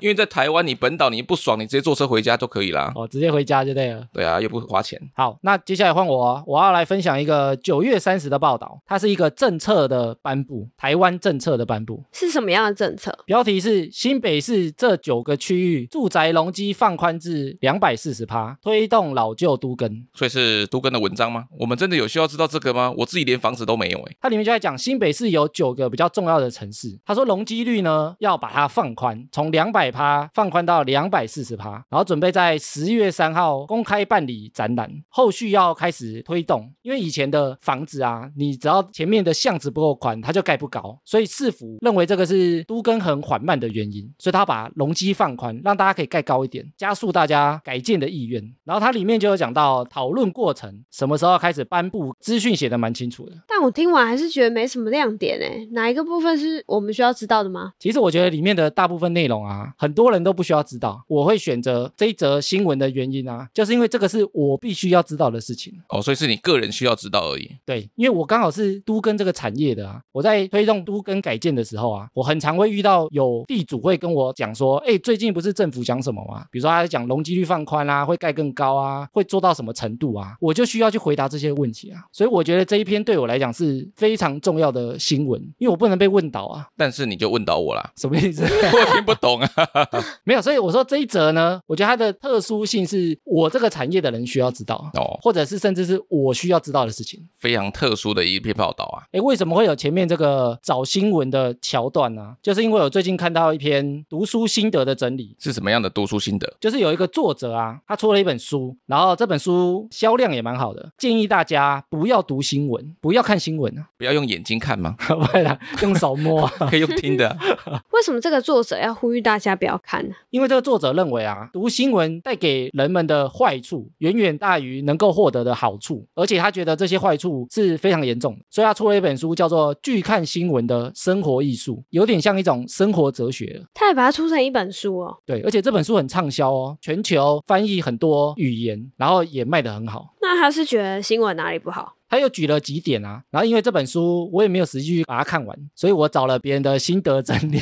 因为在台湾你本岛你不爽，你直接坐车回家就可以啦。
哦，直接回家就对了。
对啊，又不花钱。
好，那接下来换我哦，我要来分享一个九月三十的报道，它是一个政策的颁布，台湾政策的颁布。
是什么样的政策？
标题是新北市这九个区域住宅容积放宽至两百四十趴，推动老旧都更。
所以是都跟的文章吗？我们真的有需要知道这个吗？我自己连房子都没有欸诶、
它里面就在讲新北市有九个比较重要的城市，他说容积率呢要把它放宽，从两百趴放宽到两百四十趴，然后准备在十月三号公开办理展览，后续要开始推动。因为以前的房子啊，你只要前面的巷子不够宽，它就盖不高，所以市府认为这个是都更很缓慢的原因，所以他把容积放宽，让大家可以盖高一点，加速大家改荐的意愿。然后它里面就有讲到讨论过程什么时候开始颁布，资讯写的蛮清楚的。
但我听完还是觉得没什么亮点哎，哪一个部分是我们需要知道的吗？
其实我觉得里面的大部分内容啊，很多人都不需要知道。我会选择这一则新闻的原因啊，就是因为这个是我必须要知道的事情。
哦，所以是你个人需要知道而已。
对，因为我刚好是都跟这个产业的啊，我在推动都跟改建的时候啊，我很常会遇到有地主会跟我讲说，哎，最近不是政府讲什么吗？比如说他讲容积率放宽啊，会盖更高啊，会做到什么程度啊，我就需要去回答这些问题啊。所以我觉得这一篇对我来讲是非常重要的新闻，因为我不能被问倒啊，
但是你就问到我啦，
什么意思？
我听不懂啊。
没有，所以我说这一则呢，我觉得它的特殊性是我这个产业的人需要知道，
哦，
或者是甚至是我需要知道的事情。
非常特殊的一篇报道啊。
诶，为什么会有前面这个找新闻的桥段呢、就是因为我最近看到一篇读书心得的整理，
是什么样的读书心得？
就是有一个作者啊，他出了一本书，然后这本书销量也蛮好的，建议大家不要读新闻，不要看新闻啊，
不要用眼睛看吗？
不然用手摸、啊。
可以用听的啊、
为什么这个作者要呼吁大家不要看呢、
因为这个作者认为啊，读新闻带给人们的坏处远远大于能够获得的好处，而且他觉得这些坏处是非常严重的，所以他出了一本书叫做《拒看新闻的生活艺术》，有点像一种生活哲学。
他也把它出成一本书哦，
对，而且这本书很畅销哦，全球翻译很多语言，然后也卖得很好。
那他是觉得新闻哪里不好？
他又举了几点啊，然后因为这本书我也没有实际去把它看完，所以我找了别人的心得整理。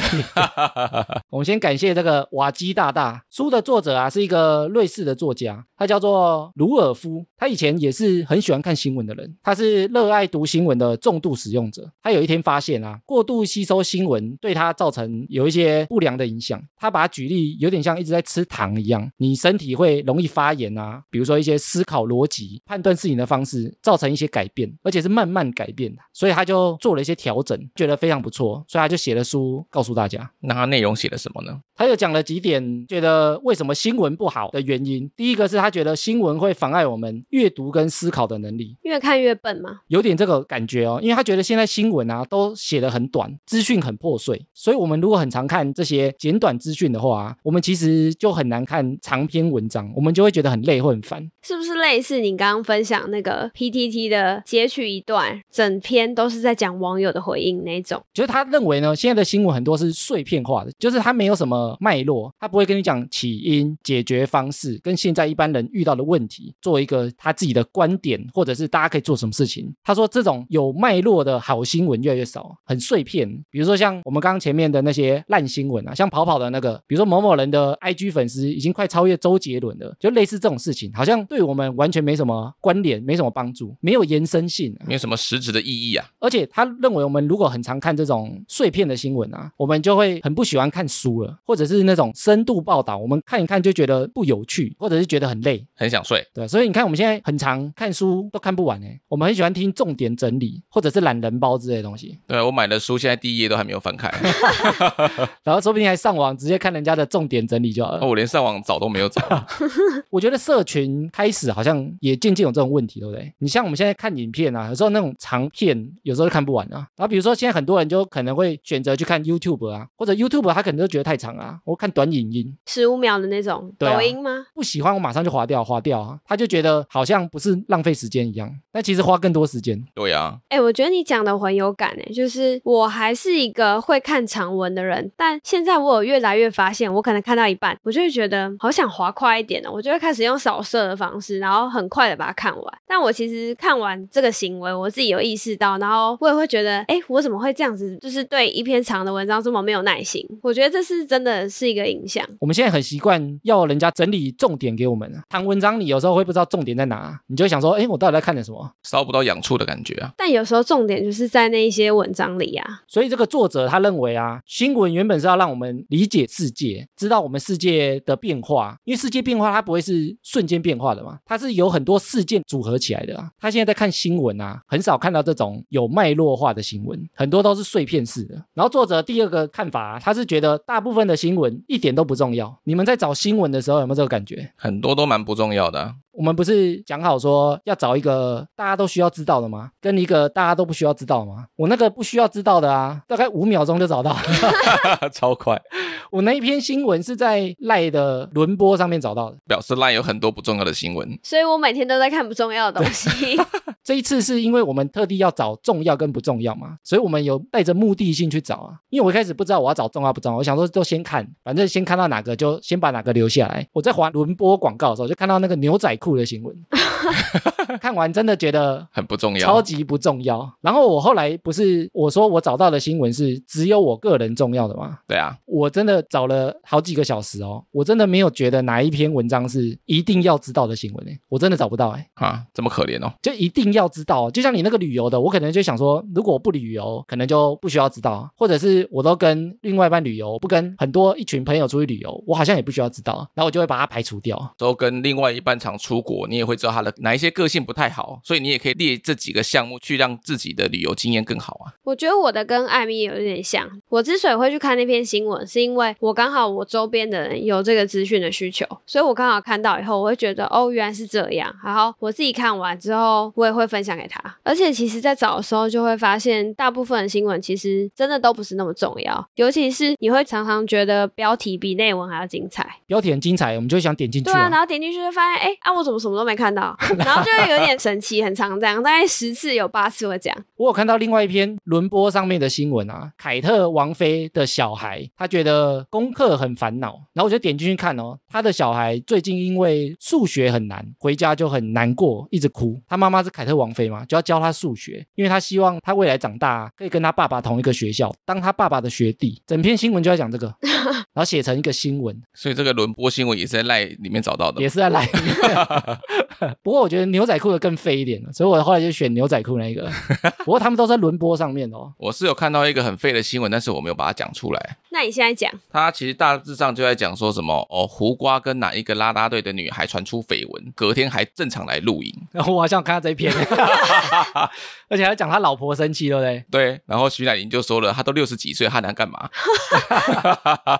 我们先感谢这个瓦基大大，书的作者啊是一个瑞士的作家，他叫做鲁尔夫，他以前也是很喜欢看新闻的人，他是热爱读新闻的重度使用者。他有一天发现啊，过度吸收新闻对他造成有一些不良的影响。他把它举例有点像一直在吃糖一样，你身体会容易发炎啊，比如说一些思考逻辑、判断事情的方式造成一些改变，而且是慢慢改变的。所以他就做了一些调整，觉得非常不错，所以他就写了书告诉大家。
那它内容写了什么呢？
他又讲了几点，觉得为什么新闻不好的原因。第一个是他觉得新闻会妨碍我们阅读跟思考的能力，
越看越笨嘛。
有点这个感觉哦，因为他觉得现在新闻啊都写得很短，资讯很破碎，所以我们如果很常看这些简短资讯的话、啊，我们其实就很难看长篇文章，我们就会觉得很累或很烦。
是不是类似你刚刚分享那个 PTT 的截取一段，整篇都是在讲网友的回应那种？
就是他认为呢，现在的新闻很多是碎片化的，就是他没有什么脉络，他不会跟你讲起因、解决方式，跟现在一般人遇到的问题做一个他自己的观点，或者是大家可以做什么事情。他说这种有脉络的好新闻越来越少，很碎片。比如说像我们刚刚前面的那些烂新闻啊，像跑跑的那个，比如说某某人的 IG 粉丝已经快超越周杰伦了，就类似这种事情，好像对我们完全没什么关联，没什么帮助，没有延伸性、啊。
没有什么实质的意义啊。
而且他认为我们如果很常看这种碎片的新闻啊，我们就会很不喜欢看书了，或者是那种深度报道，我们看一看就觉得不有趣，或者是觉得很累。
很想睡，
对，所以你看我们现在很常看书都看不完哎，我们很喜欢听重点整理或者是懒人包之类的东西，
对我买的书现在第一页都还没有翻开，
然后说不定还上网直接看人家的重点整理就好了。
我连上网找都没有找。
我觉得社群开始好像也渐渐有这种问题，对不对？你像我们现在看影片啊，有时候那种长片有时候就看不完啊。然后比如说现在很多人就可能会选择去看 YouTube 啊，或者 YouTube 他可能就觉得太长啊，我看短影音
十五秒的那种
对啊
抖音吗？
不喜欢，我马上就划掉划掉啊，他就觉得好像不是浪费时间一样，但其实花更多时间。
对啊，
哎、我觉得你讲的我很有感哎、就是我还是一个会看长文的人，但现在我有越来越发现，我可能看到一半，我就会觉得好想滑快一点哦、我就会开始用扫射的方式，然后很快的把它看完。但我其实看完这个行为，我自己有意识到，然后我也会觉得，哎、我怎么会这样子？就是对一篇长的文章这么没有耐心？我觉得这是真的是一个影响。
我们现在很习惯要人家整理重点给我们啊，谈文章你有时候会不知道重点在哪，你就会想说，哎，我到底在看点什么？
烧不到痒处的感觉啊。
但有时候重点就是在那一些文章里啊，
所以这个作者他认为啊，新闻原本是要让我们理解世界，知道我们世界的变化，因为世界变化它不会是瞬间变化的嘛，它是有很多事件组合起来的啊。他现在在看新闻啊，很少看到这种有脉络化的新闻，很多都是碎片式的。然后作者第二个看法、啊，他是觉得大部分的新闻一点都不重要。你们在找新闻的时候有没有这个感觉？
很多都蛮不重要的啊、
我们不是讲好说要找一个大家都需要知道的吗？跟一个大家都不需要 知道的吗？我那个不需要知道的啊，大概五秒钟就找到了。
超快。
我那一篇新闻是在赖的轮播上面找到的。
表示 LINE 有很多不重要的新闻。
所以我每天都在看不重要的东西。
这一次是因为我们特地要找重要跟不重要嘛，所以我们有带着目的性去找啊。因为我一开始不知道我要找重要不重要，我想说就先看，反正先看到哪个就先把哪个留下来。我在划轮播广告的时候，就看到那个牛仔裤的新闻，看完真的觉得
很不重
超
要，
级不重要。然后我后来不是我说我找到的新闻是只有我个人重要的嘛，
对啊，
我真的找了好几个小时哦，我真的没有觉得哪一篇文章是一定要知道的新闻诶，我真的找不到诶，
啊，这么可怜哦，
就一定要知道哦。就像你那个旅游的，我可能就想说，如果我不旅游，可能就不需要知道，啊或者是我都跟另外一半旅游，不跟很多一群朋友出去旅游，我好像也不需要知道，啊然后我就会把它排除掉。啊
都跟另外一半常出国，你也会知道他的哪一些个性不太好，所以你也可以列这几个项目去让自己的旅游经验更好啊。
我觉得我的跟艾米有一点像。我之所以会去看那篇新闻，是因为我刚好我周边的人有这个资讯的需求，所以我刚好看到以后，我会觉得哦，原来是这样。然后我自己看完之后，我也会分享给他。而且其实，在找的时候就会发现，大部分的新闻其实真的都不是那么重要，尤其是你会常常觉得标题比内文还要精彩。
标题很精彩，我们就想点进去
对啊，
啊。
然后点进去就发现，哎、啊，我怎么什么都没看到？ 然后就会有点神奇，很常这样，大概十次有八次会这样。
我有看到另外一篇轮播上面的新闻啊，凯特王妃的小孩，他觉得功课很烦恼，然后我就点进去看哦，他的小孩最近因为数学很难，回家就很难过，一直哭。他妈妈是凯特王妃嘛，就要教他数学，因为他希望他未来长大可以跟他爸爸同一个学校，当他爸爸的学弟。整篇新闻就在讲这个，然后写成一个新闻，
所以这个轮播新闻也是在赖里面找到的
也。是在来。 不过我觉得牛仔裤的更废一点了，所以我后来就选牛仔裤那一个。不过他们都在轮播上面哦。
我是有看到一个很废的新闻，但是我没有把它讲出来。
那你现在讲，
他其实大致上就在讲说什么哦，胡瓜跟哪一个啦啦队的女孩传出绯闻，隔天还正常来露营。
然 后我好像有看到这一篇，而且还讲他老婆生气，对不对？
对，然后徐乃麟就说了，他都六十几岁，他能干嘛？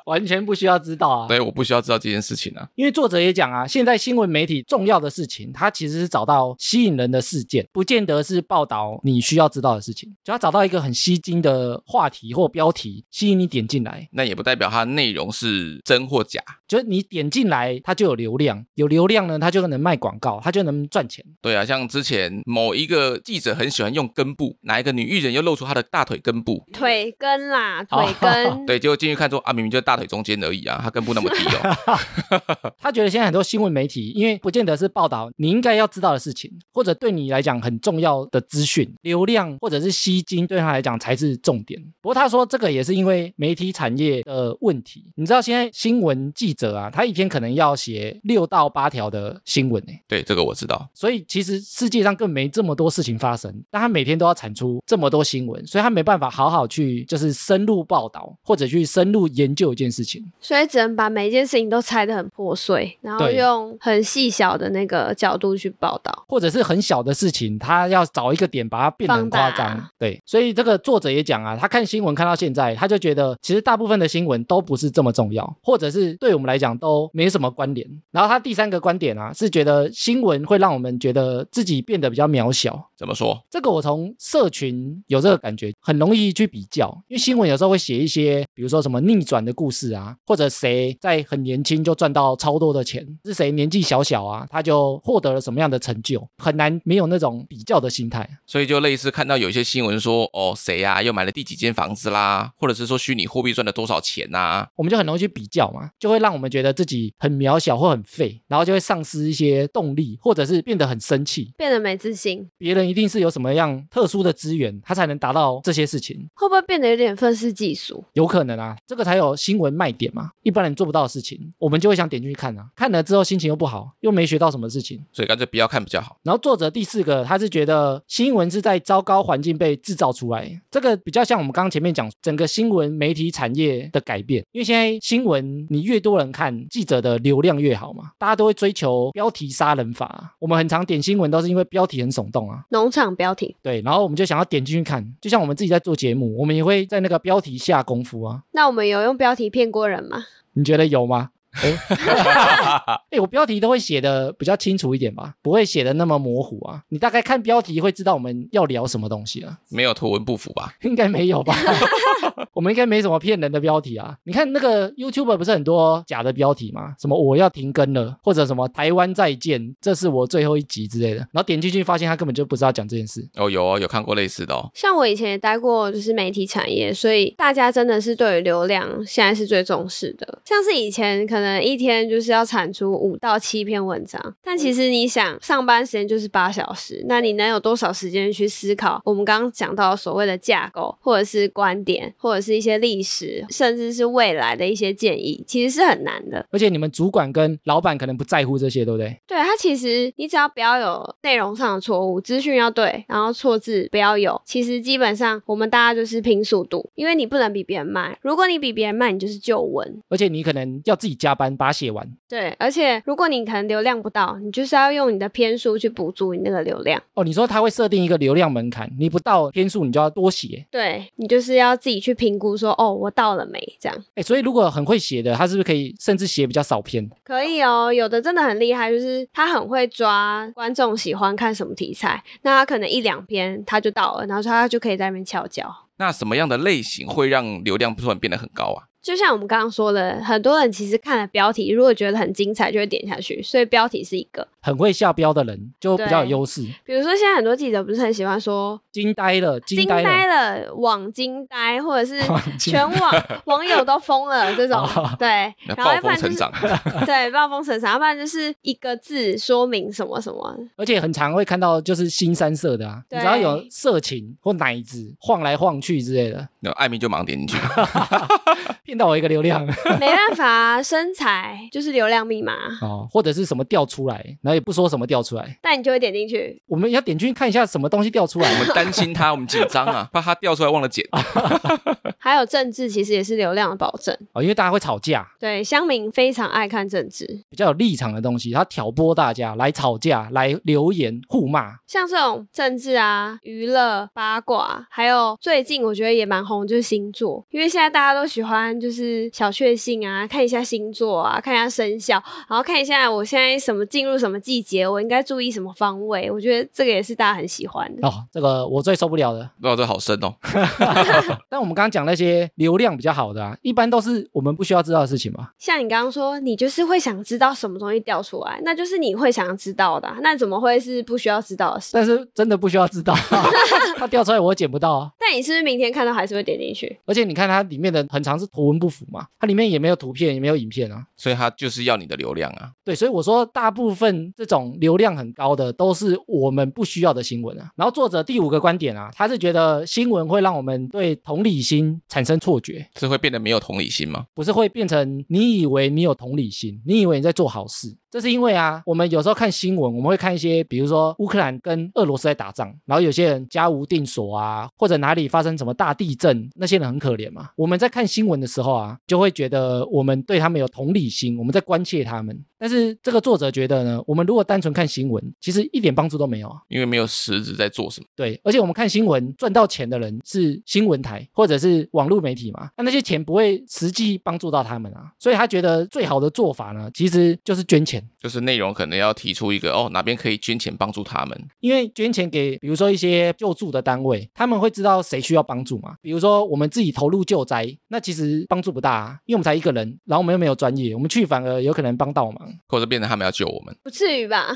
完全不需要知道啊。
对，我不需要知道这件事情啊。
因为作者也讲啊，现在新闻媒体重要的事情，它其实是找到吸引人的事件，不见得是报道你需要知道的事情。就要找到一个很吸睛的话题或标题，吸引你点进来，
那也不代表它内容是真或假。
就是你点进来，它就有流量，有流量呢，它就能卖广告，它就能赚钱。
对啊，像之前某一个记者很喜欢用根部，哪一个女艺人又露出她的大腿根部，
腿根啦，腿根，
对，结果进去看说啊，明明就是大腿中间而已啊，她根部那么低哦。
他觉得现在很多新闻媒体，因为不见得是报道你应该要知道的事情，或者对你来讲很重要的资讯，流量或者是吸睛，对他来讲才是重点。不过他说这个也是因为媒体产业的问题。你知道现在新闻记者啊，他一天可能要写六到八条的新闻呢、
对，这个我知道。
所以其实世界上更没这么多事情发生，但他每天都要产出这么多新闻，所以他没办法好好去就是深入报道或者去深入研究一件事情。
所以只能把每一件事情都拆得很破碎，然后
对
用很细小的那个角度去报道。
或者是很小的事情，他要找一个点把它变得很夸
放
张
大。
对，所以这个作者也讲啊，他看新闻看到现在，他就觉得其实大部分的新闻都不是这么重要，或者是对我们来讲都没什么关联。然后他第三个观点啊，是觉得新闻会让我们觉得自己变得比较渺小。
怎么说？
这个我从社群有这个感觉，很容易去比较，因为新闻有时候会写一些，比如说什么逆转的故事啊，或者谁在很年轻就赚到超多的钱，是谁年纪小小啊，他就获得了什么样的成就，很难没有那种比较的心态。
所以就类似看到有一些新闻说，哦，谁呀、又买了第几间房子啦，或者是说虚拟货币赚了多少钱啊呐、
我们就很容易去比较嘛，就会让我们觉得自己很渺小或很废，然后就会丧失一些动力，或者是变得很生气。
变得没自信，
别人一定是有什么样特殊的资源，他才能达到这些事情。
会不会变得有点愤世嫉俗？
有可能啊，这个才有新闻卖点嘛，一般人做不到的事情，我们就会想点进去看啊，看了之后心情又不好，又没学到什么事情。
所以干脆不要看比较好。
然后作者第四个，他是觉得新闻是在糟糕环境被制造出来，这个比较像我们刚刚前面讲整个新闻媒体产业的改变，因为现在新闻你越多人看，记者的流量越好嘛，大家都会追求标题杀人法啊，我们很常点新闻都是因为标题很耸动啊，
农场标题，
对，然后我们就想要点进去看，就像我们自己在做节目，我们也会在那个标题下功夫啊，
那我们有用标题骗过人吗？
你觉得有吗？哎、我标题都会写的比较清楚一点吧，不会写的那么模糊啊。你大概看标题会知道我们要聊什么东西啊？
没有图文不符吧？
应该没有吧？ 我们应该没什么骗人的标题啊。你看那个 YouTube 不是很多假的标题吗？什么我要停更了，或者什么台湾再见，这是我最后一集之类的。然后点进去发现他根本就不知道讲这件事。
哦，有哦，有看过类似的哦。
像我以前也待过就是媒体产业，所以大家真的是对于流量现在是最重视的。像是以前可能一天就是要产出五到七篇文章，但其实你想上班时间就是八小时，那你能有多少时间去思考我们刚刚讲到所谓的架构，或者是观点，或者是一些历史，甚至是未来的一些建议，其实是很难的。
而且你们主管跟老板可能不在乎这些，对不对？
对它其实你只要不要有内容上的错误，资讯要对，然后错字不要有。其实基本上我们大家就是拼速度，因为你不能比别人慢。如果你比别人慢，你就是旧文。
而且你可能要自己加班把它写完。
对，而且如果你可能流量不到，你就是要用你的篇数去补足你那个流量。
哦，你说他会设定一个流量门槛，你不到天数你就要多写。
对你就是要自己去评估说，哦，我到了没？这样
哎，所以如果很会写的，他是不是可以甚至写比较少篇？
可以哦。有的真的很厉害，就是他很会抓观众喜欢看什么题材，那他可能一两篇他就到了，然后他就可以在那边翘脚。
那什么样的类型会让流量突然变得很高啊？
就像我们刚刚说的，很多人其实看了标题，如果觉得很精彩，就会点下去。所以标题是一个，
很会下标的人就比较
对
有优势。
比如说现在很多记者不是很喜欢说
惊呆了，
“惊
呆了，
呆了”“网惊呆”或者 是
惊
全网网友都疯了这种
哦，
对，
那
然后
暴
要不
风
然就
成
是
长，啊
对暴风成长，要不然就是一个字说明什么什么，
而且很常会看到就是新三色的啊，你
对
只要有色情或奶子晃来晃去之类的，
那艾米就盲点进去。
骗到我一个流量
没办法啊，身材就是流量密码，
哦， 或者是什么掉出来，然后也不说什么掉出来，
但你就会点进去。
我们要点进去看一下什么东西掉出
我
来。
们担心他，我们紧张啊，怕他掉出来忘了剪。
还有政治其实也是流量的保证，
哦，因为大家会吵架，
对，乡民非常爱看政治。
比较有立场的东西，他挑拨大家来吵架，来留言互骂。
像这种政治啊、娱乐、八卦，还有最近我觉得也蛮红，就是星座，因为现在大家都喜欢就是小确幸啊，看一下星座啊，看一下生肖，然后看一下我现在什么进入什么季节，我应该注意什么方位，我觉得这个也是大家很喜欢的。
哦，这个我最受不了的。
哇，这好深哦。
但我们刚刚讲那些流量比较好的啊，一般都是我们不需要知道的事情嘛。
像你刚刚说，你就是会想知道什么东西掉出来，那就是你会想知道的啊、那怎么会是不需要知道的事？
但是真的不需要知道，啊 它掉出来我捡不到啊。
但你是不是明天看到还是会点进去？
而且你看它里面的很长是图文不符嘛，它里面也没有图片，也没有影片啊。
所以他就是要你的流量啊。
对，所以我说大部分这种流量很高的都是我们不需要的新闻啊。然后作者第五个观点啊，他是觉得新闻会让我们对同理心产生错觉，
是会变得没有同理心吗？
不是会变成你以为你有同理心，你以为你在做好事。这是因为啊，我们有时候看新闻，我们会看一些，比如说乌克兰跟俄罗斯在打仗，然后有些人家无定所啊，或者哪里发生什么大地震，那些人很可怜嘛。我们在看新闻的时候啊，就会觉得我们对他们有同理心，我们在关切他们。但是这个作者觉得呢，我们如果单纯看新闻，其实一点帮助都没有啊。
因为没有实质在做什么。
对，而且我们看新闻赚到钱的人是新闻台或者是网络媒体嘛，那那些钱不会实际帮助到他们啊，所以他觉得最好的做法呢，其实就是捐钱。
就是内容可能要提出一个哦，哪边可以捐钱帮助他们，
因为捐钱给，比如说一些救助的单位，他们会知道谁需要帮助嘛。比如说我们自己投入救灾，那其实帮助不大、啊，因为我们才一个人，然后我们又没有专业，我们去反而有可能帮倒忙。
或者变成他们要救我们。
不至于吧？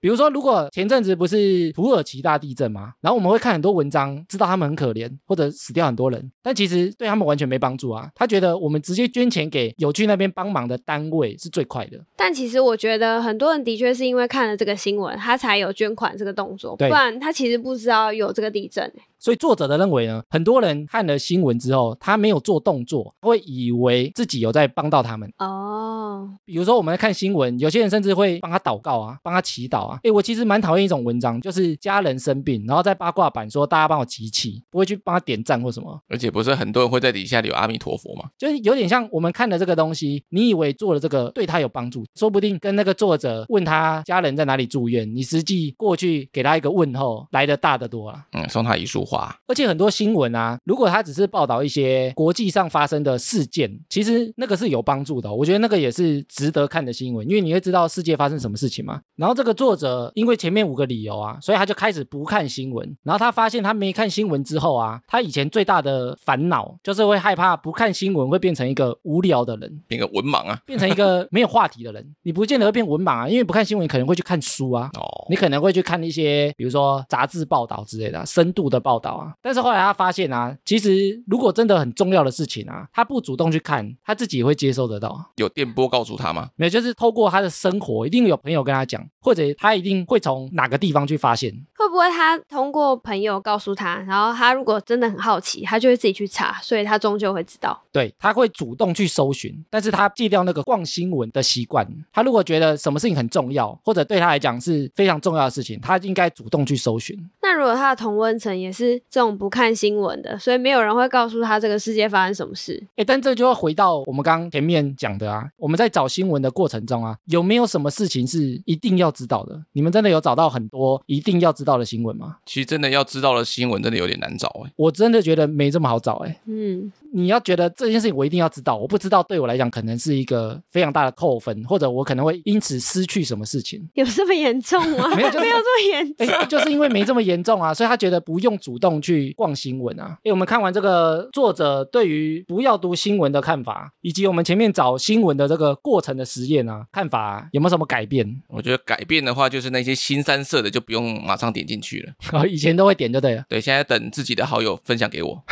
比如说，如果前阵子不是土耳其大地震嘛，然后我们会看很多文章，知道他们很可怜，或者死掉很多人，但其实对他们完全没帮助啊。他觉得我们直接捐钱给有去那边帮忙的单位是最快的。
但其实我觉得很多人的确是因为看了这个新闻，他才有捐款这个动作，不
对
然他其实不知道有这个地震、欸。
所以作者的认为呢，很多人看了新闻之后，他没有做动作，他会以为自己有在帮到他们。
哦、哦，
比如说我们在看新闻，有些人甚至会帮他祷告啊，帮他祈祷啊。诶，我其实蛮讨厌一种文章，就是家人生病，然后在八卦版说大家帮我集气，不会去帮他点赞或什么，
而且不是很多人会在底下留阿弥陀佛嘛？
就是有点像我们看的这个东西，你以为做了这个对他有帮助，说不定跟那个作者问他家人在哪里住院，你实际过去给他一个问候来的大得多啊。
嗯，送他一束花，
而且很多新闻啊，如果他只是报道一些国际上发生的事件，其实那个是有帮助的哦、我觉得那个也是值得看的新闻，因为你会知道世界发生什么事情嘛。然后这个作者因为前面五个理由啊，所以他就开始不看新闻。然后他发现他没看新闻之后啊，他以前最大的烦恼就是会害怕不看新闻会变成一个无聊的人。
变个文盲啊！
变成一个 没有话题的人，你不见得会变文盲啊，因为不看新闻，你可能会去看书啊，
哦，
你可能会去看一些，比如说杂志报道之类的啊、深度的报道啊。但是后来他发现啊，其实如果真的很重要的事情啊，他不主动去看，他自己也会接收得到啊。
有电波告诉他吗？
没有，就是透过他的生活，一定有朋友跟他讲，或者他一定会从哪个地方去发现。
会不会他通过朋友告诉他，然后他如果真的很好奇，他就会自己去查，所以他终究会知道。
对他会主动去搜寻，但是他戒掉那个逛新闻的习惯。他如果觉得什么事情很重要，或者对他来讲是非常重要的事情，他应该主动去搜寻。
那如果他的同温层也是这种不看新闻的，所以没有人会告诉他这个世界发生什么事，
哎，但这就要回到我们刚刚前面讲的啊，我们在找新闻的过程中啊，有没有什么事情是一定要知道的？你们真的有找到很多一定要知道的新闻吗？
其实真的要知道的新闻真的有点难找哎、
我真的觉得没这么好找哎、
嗯，
你要觉得这件事情我一定要知道，我不知道对我来讲可能是一个非常大的扣分，或者我可能会因此失去什么事情。
有这么严重吗？
没有就是
这么严重。
哎，就是因为没这么严重啊， 所以他觉得不用主动去逛新闻啊。哎，我们看完这个作者对于不要读新闻的看法，以及我们前面找新闻的这个过程的实验啊，看法啊、有没有什么改变？
我觉得改变的话，就是那些新三色的就不用马上点进去了。
哦，以前都会点就对了。
对，现在等自己的好友分享给我。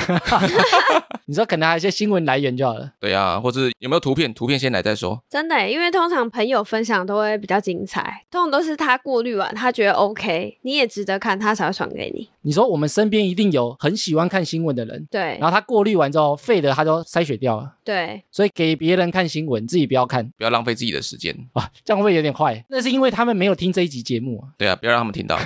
你说可能还有一些新闻来源就好了。
对啊，或是有没有图片？图片先来再说。
真的耶，欸因为通常朋友分享都会比较精彩，通常都是他过滤完，他觉得 OK，你也值得看，他才会传给你。
你说我们身边一定有很喜欢看新闻的人，
对
然后他过滤完之后废的他都筛选掉了，
对，
所以给别人看新闻自己不要看
不要浪费自己的时间。
哇，这样会不会有点坏？那是因为他们没有听这一集节目啊。
对啊，不要让他们听到。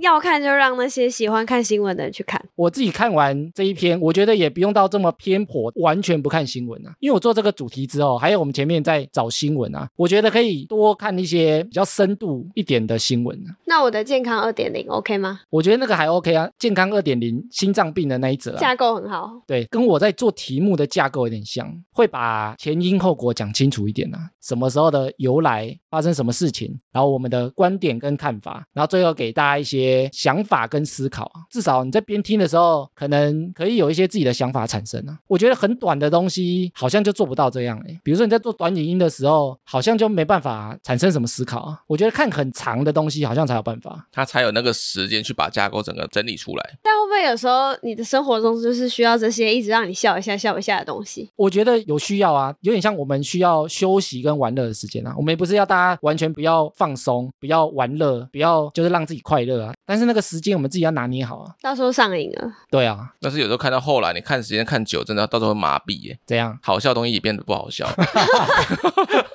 要看就让那些喜欢看新闻的人去看。
我自己看完这一篇，我觉得也不用到这么偏颇，完全不看新闻啊。因为我做这个主题之后，还有我们前面在找新闻啊，我觉得可以多看一些比较深度一点的新闻啊。
那我的健康二点零 OK 吗？
我觉得那个还 OK 啊，健康二点零心脏病的那一则、啊，
架构很好，
对，跟我在做题目的架构有点像，会把前因后果讲清楚一点啊，什么时候的由来，发生什么事情，然后我们的观点跟看法，然后最后给大家一些想法跟思考啊，至少你在边听的时候，可能可以有一些自己的想法产生啊。我觉得很短的东西好像就做不到这样诶、欸比如说你在做短语音的时候，好像就没办法产生什么思考啊。我觉得看很长的东西好像才有办法。
他才有那个时间去把架构整个整理出来。
但会不会有时候你的生活中就是需要这些一直让你笑一下、笑一下的东西？
我觉得有需要啊，有点像我们需要休息跟玩乐的时间啊。我们也不是要大家完全不要放松，不要玩乐，不要就是让自己快乐啊。但是那个时间我们自己要拿捏好啊。
到时候上瘾 了，
对啊，
但是有时候看到后来，你看时间看久，真的到时候会麻痹耶，
怎 样？
好笑的东西也变得不好笑，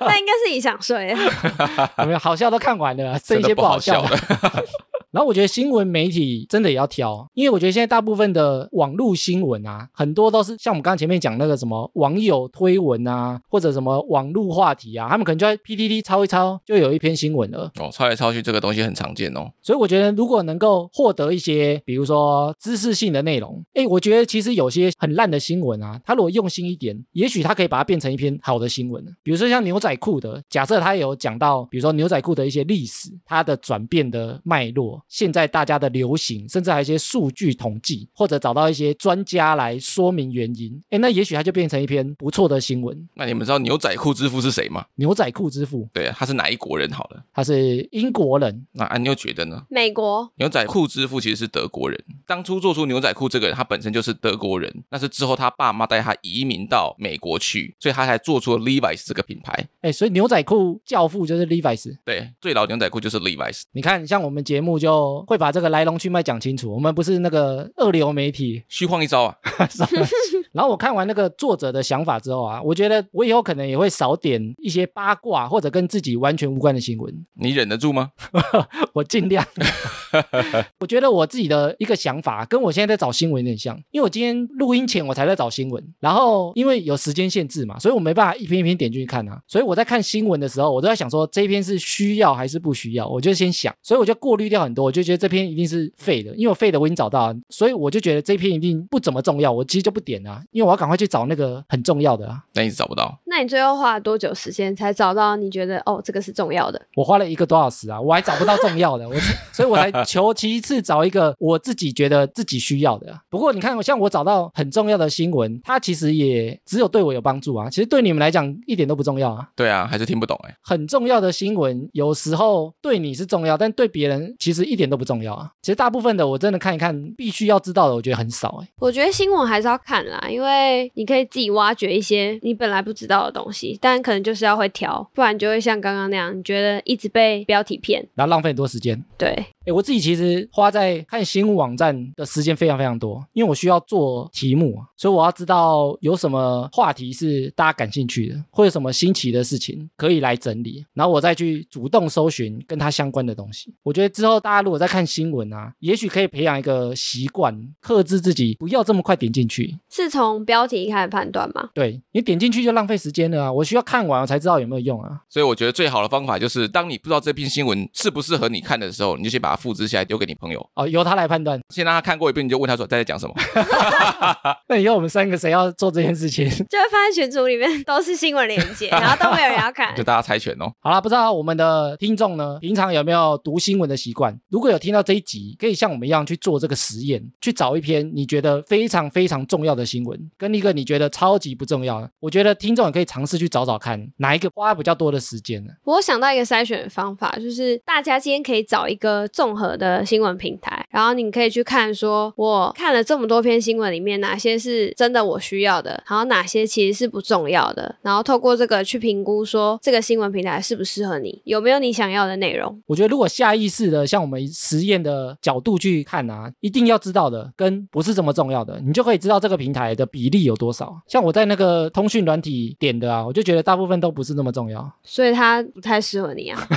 那应该是你想睡了。
有没有好笑都看完了，啊剩
真
一些
的
不
不
好
好
笑
笑
的。
了。
然后我觉得新闻媒体真的也要挑，因为我觉得现在大部分的网络新闻啊，很多都是像我们刚刚前面讲那个什么网友推文啊，或者什么网络话题啊，他们可能就在 PTT 抄一抄，就有一篇新闻了。
哦，抄来抄去这个东西很常见哦。
所以我觉得，如果能够获得一些，比如说知识性的内容，诶，我觉得其实有些很烂的新闻啊，它如果用心一点，也许它可以把它变成一篇好的新闻。比如说像牛仔裤的，假设它有讲到，比如说牛仔裤的一些历史、它的转变的脉络，现在大家的流行，甚至还有一些数据统计，或者找到一些专家来说明原因，诶，那也许它就变成一篇不错的新闻。
那你们知道牛仔裤之父是谁吗？
牛仔裤之父，
对啊，他是哪一国人？好了，
他是英国人，
那安妞觉得呢？
美国
牛仔裤之父其实是德国人，当初做出牛仔裤这个人，他本身就是德国人，那是之后他爸妈带他移民到美国去，所以他才做出了 Levi's 这个品牌。
哎，所以牛仔裤教父就是 Levi's。
对，最老牛仔裤就是 Levi's。
你看，像我们节目就会把这个来龙去脉讲清楚，我们不是那个二流媒体。
虚晃一招啊，
然后我看完那个作者的想法之后啊，我觉得我以后可能也会少点一些八卦或者跟自己完全无关的新闻，
你忍得住吗？
我尽量。 我觉得我自己的一个想法跟我现在在找新闻有点像，因为我今天录音前我才在找新闻，然后因为有时间限制嘛，所以我没办法一篇一篇点进去看啊，所以我在看新闻的时候，我都在想说这一篇是需要还是不需要，我就先想，所以我就过滤掉很多，我就觉得这篇一定是废的，因为我废的我已经找到了，所以我就觉得这篇一定不怎么重要，我其实就不点啊，因为我要赶快去找那个很重要的啊。
但一直找不到。
那你最后花了多久时间才找到你觉得哦这个是重要的？
我花了一个多小时啊，我还找不到重要的，我所以我才求其次找一个我自己觉得自己需要的啊。不过你看，像我找到很重要的新闻，它其实也只有对我有帮助啊，其实对你们来讲一点都不重要啊。
对啊，还是听不懂哎、
很重要的新闻，有时候对你是重要，但对别人其实一点都不重要啊。其实大部分的我真的看一看，必须要知道的，我觉得很少哎、
我觉得新闻还是要看啦，因为你可以自己挖掘一些你本来不知道的东西，但可能就是要会挑，不然就会像刚刚那样，你觉得一直被标题骗。
然后浪费很多时间。
对，
哎，我自己其实花在看新闻网站的时间非常非常多，因为我需要做题目啊，所以我要知道有什么话题是大家感兴趣的，或者什么新奇的事情可以来整理，然后我再去主动搜寻跟它相关的东西。我觉得之后大家如果在看新闻啊，也许可以培养一个习惯，克制自己不要这么快点进去。
是从标题开始判断吗？
对你点进去就浪费时间了啊！我需要看完我才知道有没有用啊。
所以我觉得最好的方法就是，当你不知道这篇新闻适不适合你看的时候，你就先把它复制下来丢给你朋友，
哦，由他来判断。
先让他看过一遍，你就问他说他在讲什么。
那以后我们三个谁要做这件事情？
就会发现群组里面都是新闻链 接，然后都没有人要 看
就。大家猜拳哦。
好啦，不知道我们的听众呢，平常有没有读新闻的习惯？如果有听到这一集，可以像我们一样去做这个实验，去找一篇你觉得非常非常重要的新闻，跟一个你觉得超级不重要的。我觉得听众也可以尝试去找找看，哪一个花比较多的时间呢？
我想到一个筛选的方法，就是大家今天可以找一个综合的新闻平台，然后你可以去看说，我看了这么多篇新闻里面，哪些是真的我需要的，然后哪些其实是不重要的，然后透过这个去评估说这个新闻平台适不适合你，有没有你想要的内容。
我觉得如果下意识的像我们实验的角度去看啊，一定要知道的跟不是这么重要的，你就可以知道这个平台的比例有多少。像我在那个通讯软体点的啊，我就觉得大部分都不是那么重要。
所以它不太适合你啊。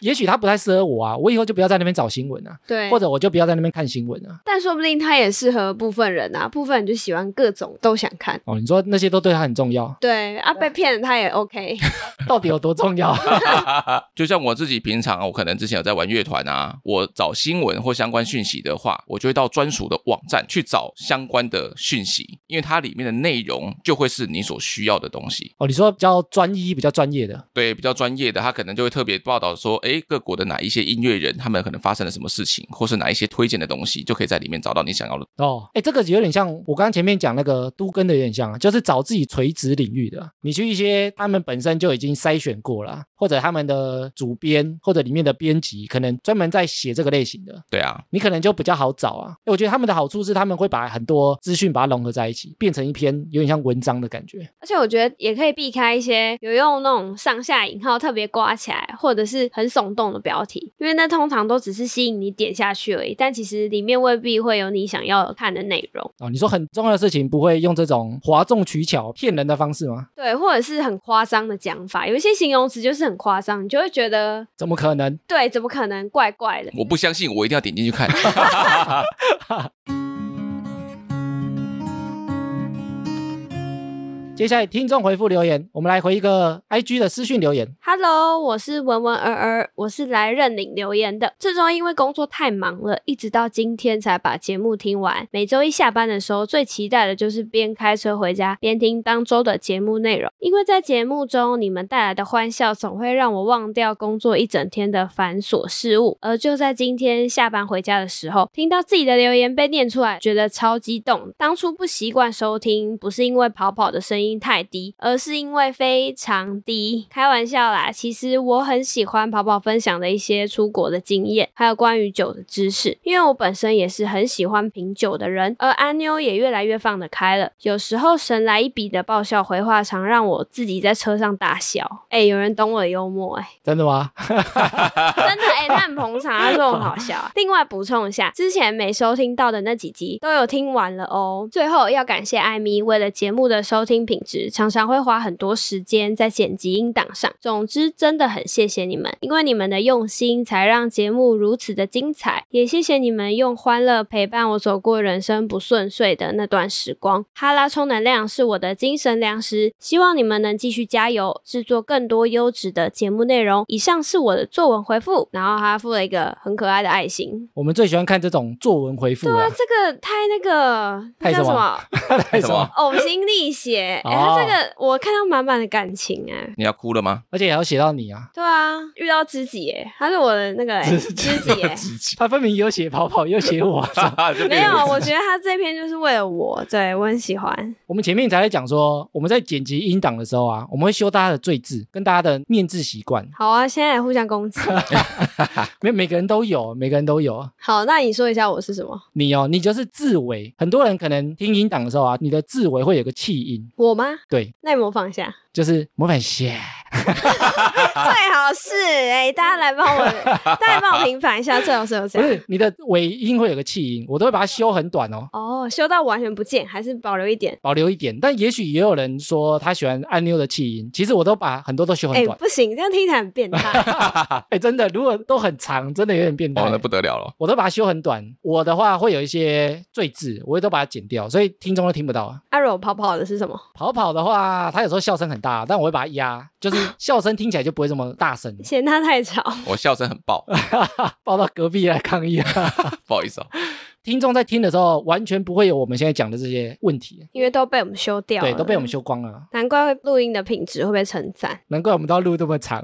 也许它不太适合我啊，我以后就不要在那边找新闻啊，
对
或者我就不要在那边看新闻啊。
但说不定它也适合部分人啊，部分人就喜欢各种都想看。
哦，你说那些都对他很重要，
对啊，被骗了他也 OK。
到底有多重要？啊
就像我自己平常，啊我可能之前有在玩乐团啊，我找新闻或相关讯息的话，我就会到专属的网站去找相关的讯息，因为它里面的内容就会是你所需要的东西。
哦，你说比较专一、比较专业的，
对，比较专业的，它可能就会特别报道说，诶，各国的哪一些音乐人，他们可能发生了什么事情，或是哪一些推荐的东西，就可以在里面找到你想要的。
哦，哎，这个有点像我刚刚前面讲那个都跟的有点像啊，就是找自己垂直领域的啊。你去一些他们本身就已经筛选过了啊，或者他们的主编或者里面的编辑可能专门在写这个类型的，
对啊，
你可能就比较好找啊。诶我觉得他们的好处是他们会把很多资讯把它融合在一起，变成一篇有点像文章的感觉。
而且我觉得也可以避开一些有用那种上下引号特别刮起来，或者是很耸动的标题，因为那通常都只是吸引你点下去而已，但其实里面未必会有你想要看的内容。
哦，你说很重要的事情不会用这种哗众取巧骗人的方式吗？
对，或者是很夸张的讲法，有一些形容词就是很夸张，你就会觉得
怎么可能？
对，怎么可能怪怪的？
我不相信，我一定要点进去看。
接下来听众回复留言，我们来回一个 IG 的私讯留言。
Hello，我是文文儿儿，我是来认领留言的。这周因为工作太忙了，一直到今天才把节目听完。每周一下班的时候，最期待的就是边开车回家边听当周的节目内容，因为在节目中你们带来的欢笑，总会让我忘掉工作一整天的繁琐事务。而就在今天下班回家的时候，听到自己的留言被念出来，觉得超激动。当初不习惯收听，不是因为跑跑的声音。音太低，而是因为非常低。开玩笑啦，其实我很喜欢跑跑分享的一些出国的经验，还有关于酒的知识，因为我本身也是很喜欢品酒的人，而安妞也越来越放得开了。有时候神来一笔的爆笑回话，常让我自己在车上大笑。哎、有人懂我的幽默哎、
真的吗？
真的哎、欸，那很捧场，他说很好笑啊。另外补充一下，之前没收听到的那几集都有听完了哦。最后要感谢艾米，为了节目的收听品质，常常会花很多时间在剪辑音档上。总之，真的很谢谢你们，因为你们的用心，才让节目如此的精彩。也谢谢你们用欢乐陪伴我走过人生不顺遂的那段时光。哈拉充能量是我的精神粮食，希望你们能继续加油，制作更多优质的节目内容。以上是我的作文回复，然后他附了一个很可爱的爱心。
我们最喜欢看这种作文回复
对啊
了，，
这个太那个那
太
叫
什
什
么
么？
太
什
什
么
么？
呕心沥 血，哎、
哦
他这个我看到满满的感情哎、
你要哭 了吗？
而且也要写到你啊。
对啊，遇到知己哎、他是我的那个、哎知己哎、
他分明有写跑跑，也有写我。啊
就
没
变
有啊
成，
我觉得他这篇就是为了我，对我很喜欢。
我们前面才在讲说，我们在剪辑音档的时候啊，我们会修大家的罪字跟大家的念字习惯，
好啊，现在来互相攻 击。
每每个人都有，每个人都有。
好，那你说一下我是什么？
你哦，你就是字尾，很多人可能听音档的时候啊，你的字尾会有个气音，
我吗？
对，
那你模仿 一下，
就是模仿写。
最好是哎、大家来帮 我，大家来帮我平反一下，最好是有这
不
样。
是你的尾音会有个气音，我都会把它修很短哦，
哦，修到完全不见，还是保留 一点。
保留一点。但也许也有人说他喜欢按钮的气音，其实我都把很多都修
哎、
很短。
不行，这样听起来很变 态。
哎、真的，如果都很长，真的有点变态。
哦，那不得了了。
我都把它修很短，我的话会有一些赘字，我也都把它剪掉，所以听众都听不到啊。
阿柔跑跑的是什么？
跑跑的话，他有时候笑声很大，但我会把它压，就是笑声听起来就不会这么大 声，
嫌他太吵。
我笑声很爆，
抱到隔壁来抗议啊。
不好意思哦。
听众在听的时候，完全不会有我们现在讲的这些问题，
因为都被我们修掉了，
对，都被我们。修光了。
难怪会录音的品质会被称赞，
难怪我们都要录这么长，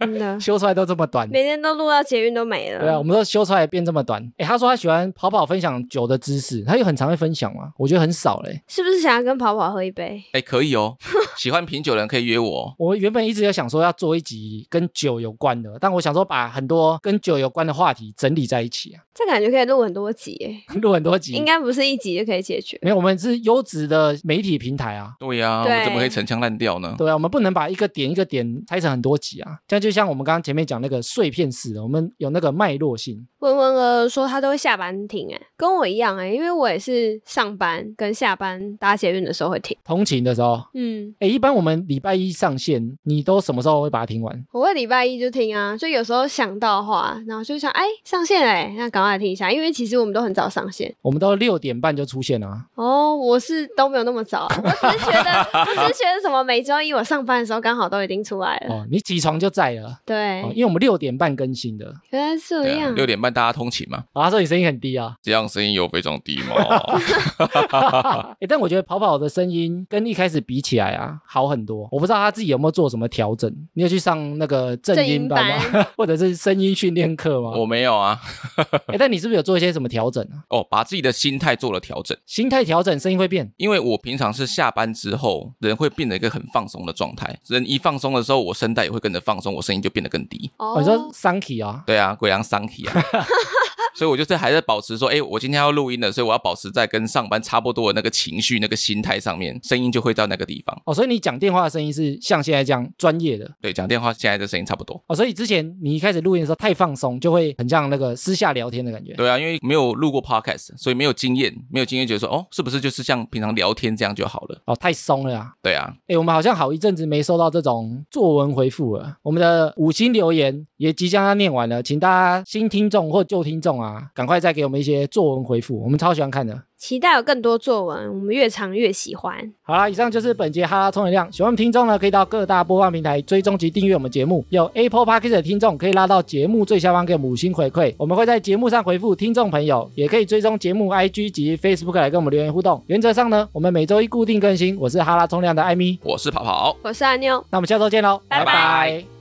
真 的，
修出来都这么短。
每天都录到捷运都没了。
对啊，我们都修出来变这么短。诶，他说他喜欢跑跑分享酒的知识，他有很常会分享嘛，我觉得很少嘞。
是不是想要跟跑跑喝一杯？
哎，可以哦，喜欢品酒的人可以约我哦。
我原本一直有想说要做一集跟酒有关的，但我想说把很多跟酒有关的话题整理在一起啊，
这感觉可以录很多集耶，
录很多集。
应该不是一集就可以解决。
没有，我们是优质的媒体平台啊。
对呀，
对
我怎么可以陈腔滥调呢？
对啊，我们不能把一个点一个点拆成很多集啊，这样就像我们刚刚前面讲那个碎片式的，我们有那个脉络性。
温温呃说他都会下班听，哎，跟我一样哎，因为我也是上班跟下班搭捷运的时候会听。
通勤的时候，
嗯，
诶，一般我们礼拜一上线，你都什么时候会把它听完？
我会礼拜一就听啊，所以有时候想到的话，然后就想哎上线嘞，那赶快来听一下，因为其实我们都很早上线。
我们都六点半就出现了、啊，
哦，我是都没有那么早，啊我只是觉 得，我只是觉得什么每周一我上班的时候刚好都已经出来了。
哦，你起床就在了，
对，
哦，因为我们六点半更新的。
原来是这
对啊，
样。
六点半大家通勤嘛，
啊，他说你声音很低啊，
这样声音有非常低 吗？
诶，但我觉得跑跑的声音跟一开始比起来啊，好很多。我不知道他自己有没有做什么调整，你有去上那个正音班吗？
正
或者是声音训练课吗？
我没有啊。
诶，但你是不是有做一些什么调整啊？
哦，把自己的心态做了调整，
心态调整，声音会变。
因为我平常是下班之后，人会变得一个很放松的状态。人一放松的时候，我声带也会跟着放松，我声音就变得更低。
哦、你说 Sanky 啊？
对啊，鬼狼桑体 啊。所以我就是还在保持说，哎、我今天要录音了，所以我要保持在跟上班差不多的那个情绪、那个心态上面，声音就会到那个地方。
哦，所以你讲电话的声音是像现在这样专业的。
对，讲电话现在这声音差不多。
哦，所以之前你一开始录音的时候太放松，就会很像那个私下聊天的感觉。
对啊，因为没有录过 podcast，所以没有经验，没有经验，觉得说，哦，是不是就是像平常聊天这样就好了？
哦，太松了啊！
对啊，
哎，我们好像好一阵子没收到这种作文回复了。我们的五星留言也即将要念完了，请大家新听众或旧听众啊，赶快再给我们一些作文回复，我们超喜欢看的。
期待有更多作文，我们越长越喜欢。
好啦，以上就是本节哈拉充能量。喜欢我们听众呢，可以到各大播放平台追踪及订阅我们节目。有 Apple Podcast 的听众可以拉到节目最下方给我们五星回馈，我们会在节目上回复听众朋友，也可以追踪节目 IG 及 Facebook 来跟我们留言互动。原则上呢，我们每周一固定更新。我是哈拉充能量的艾米，
我是跑跑。
我是阿妞，
那我们下周见喽，
拜
拜
拜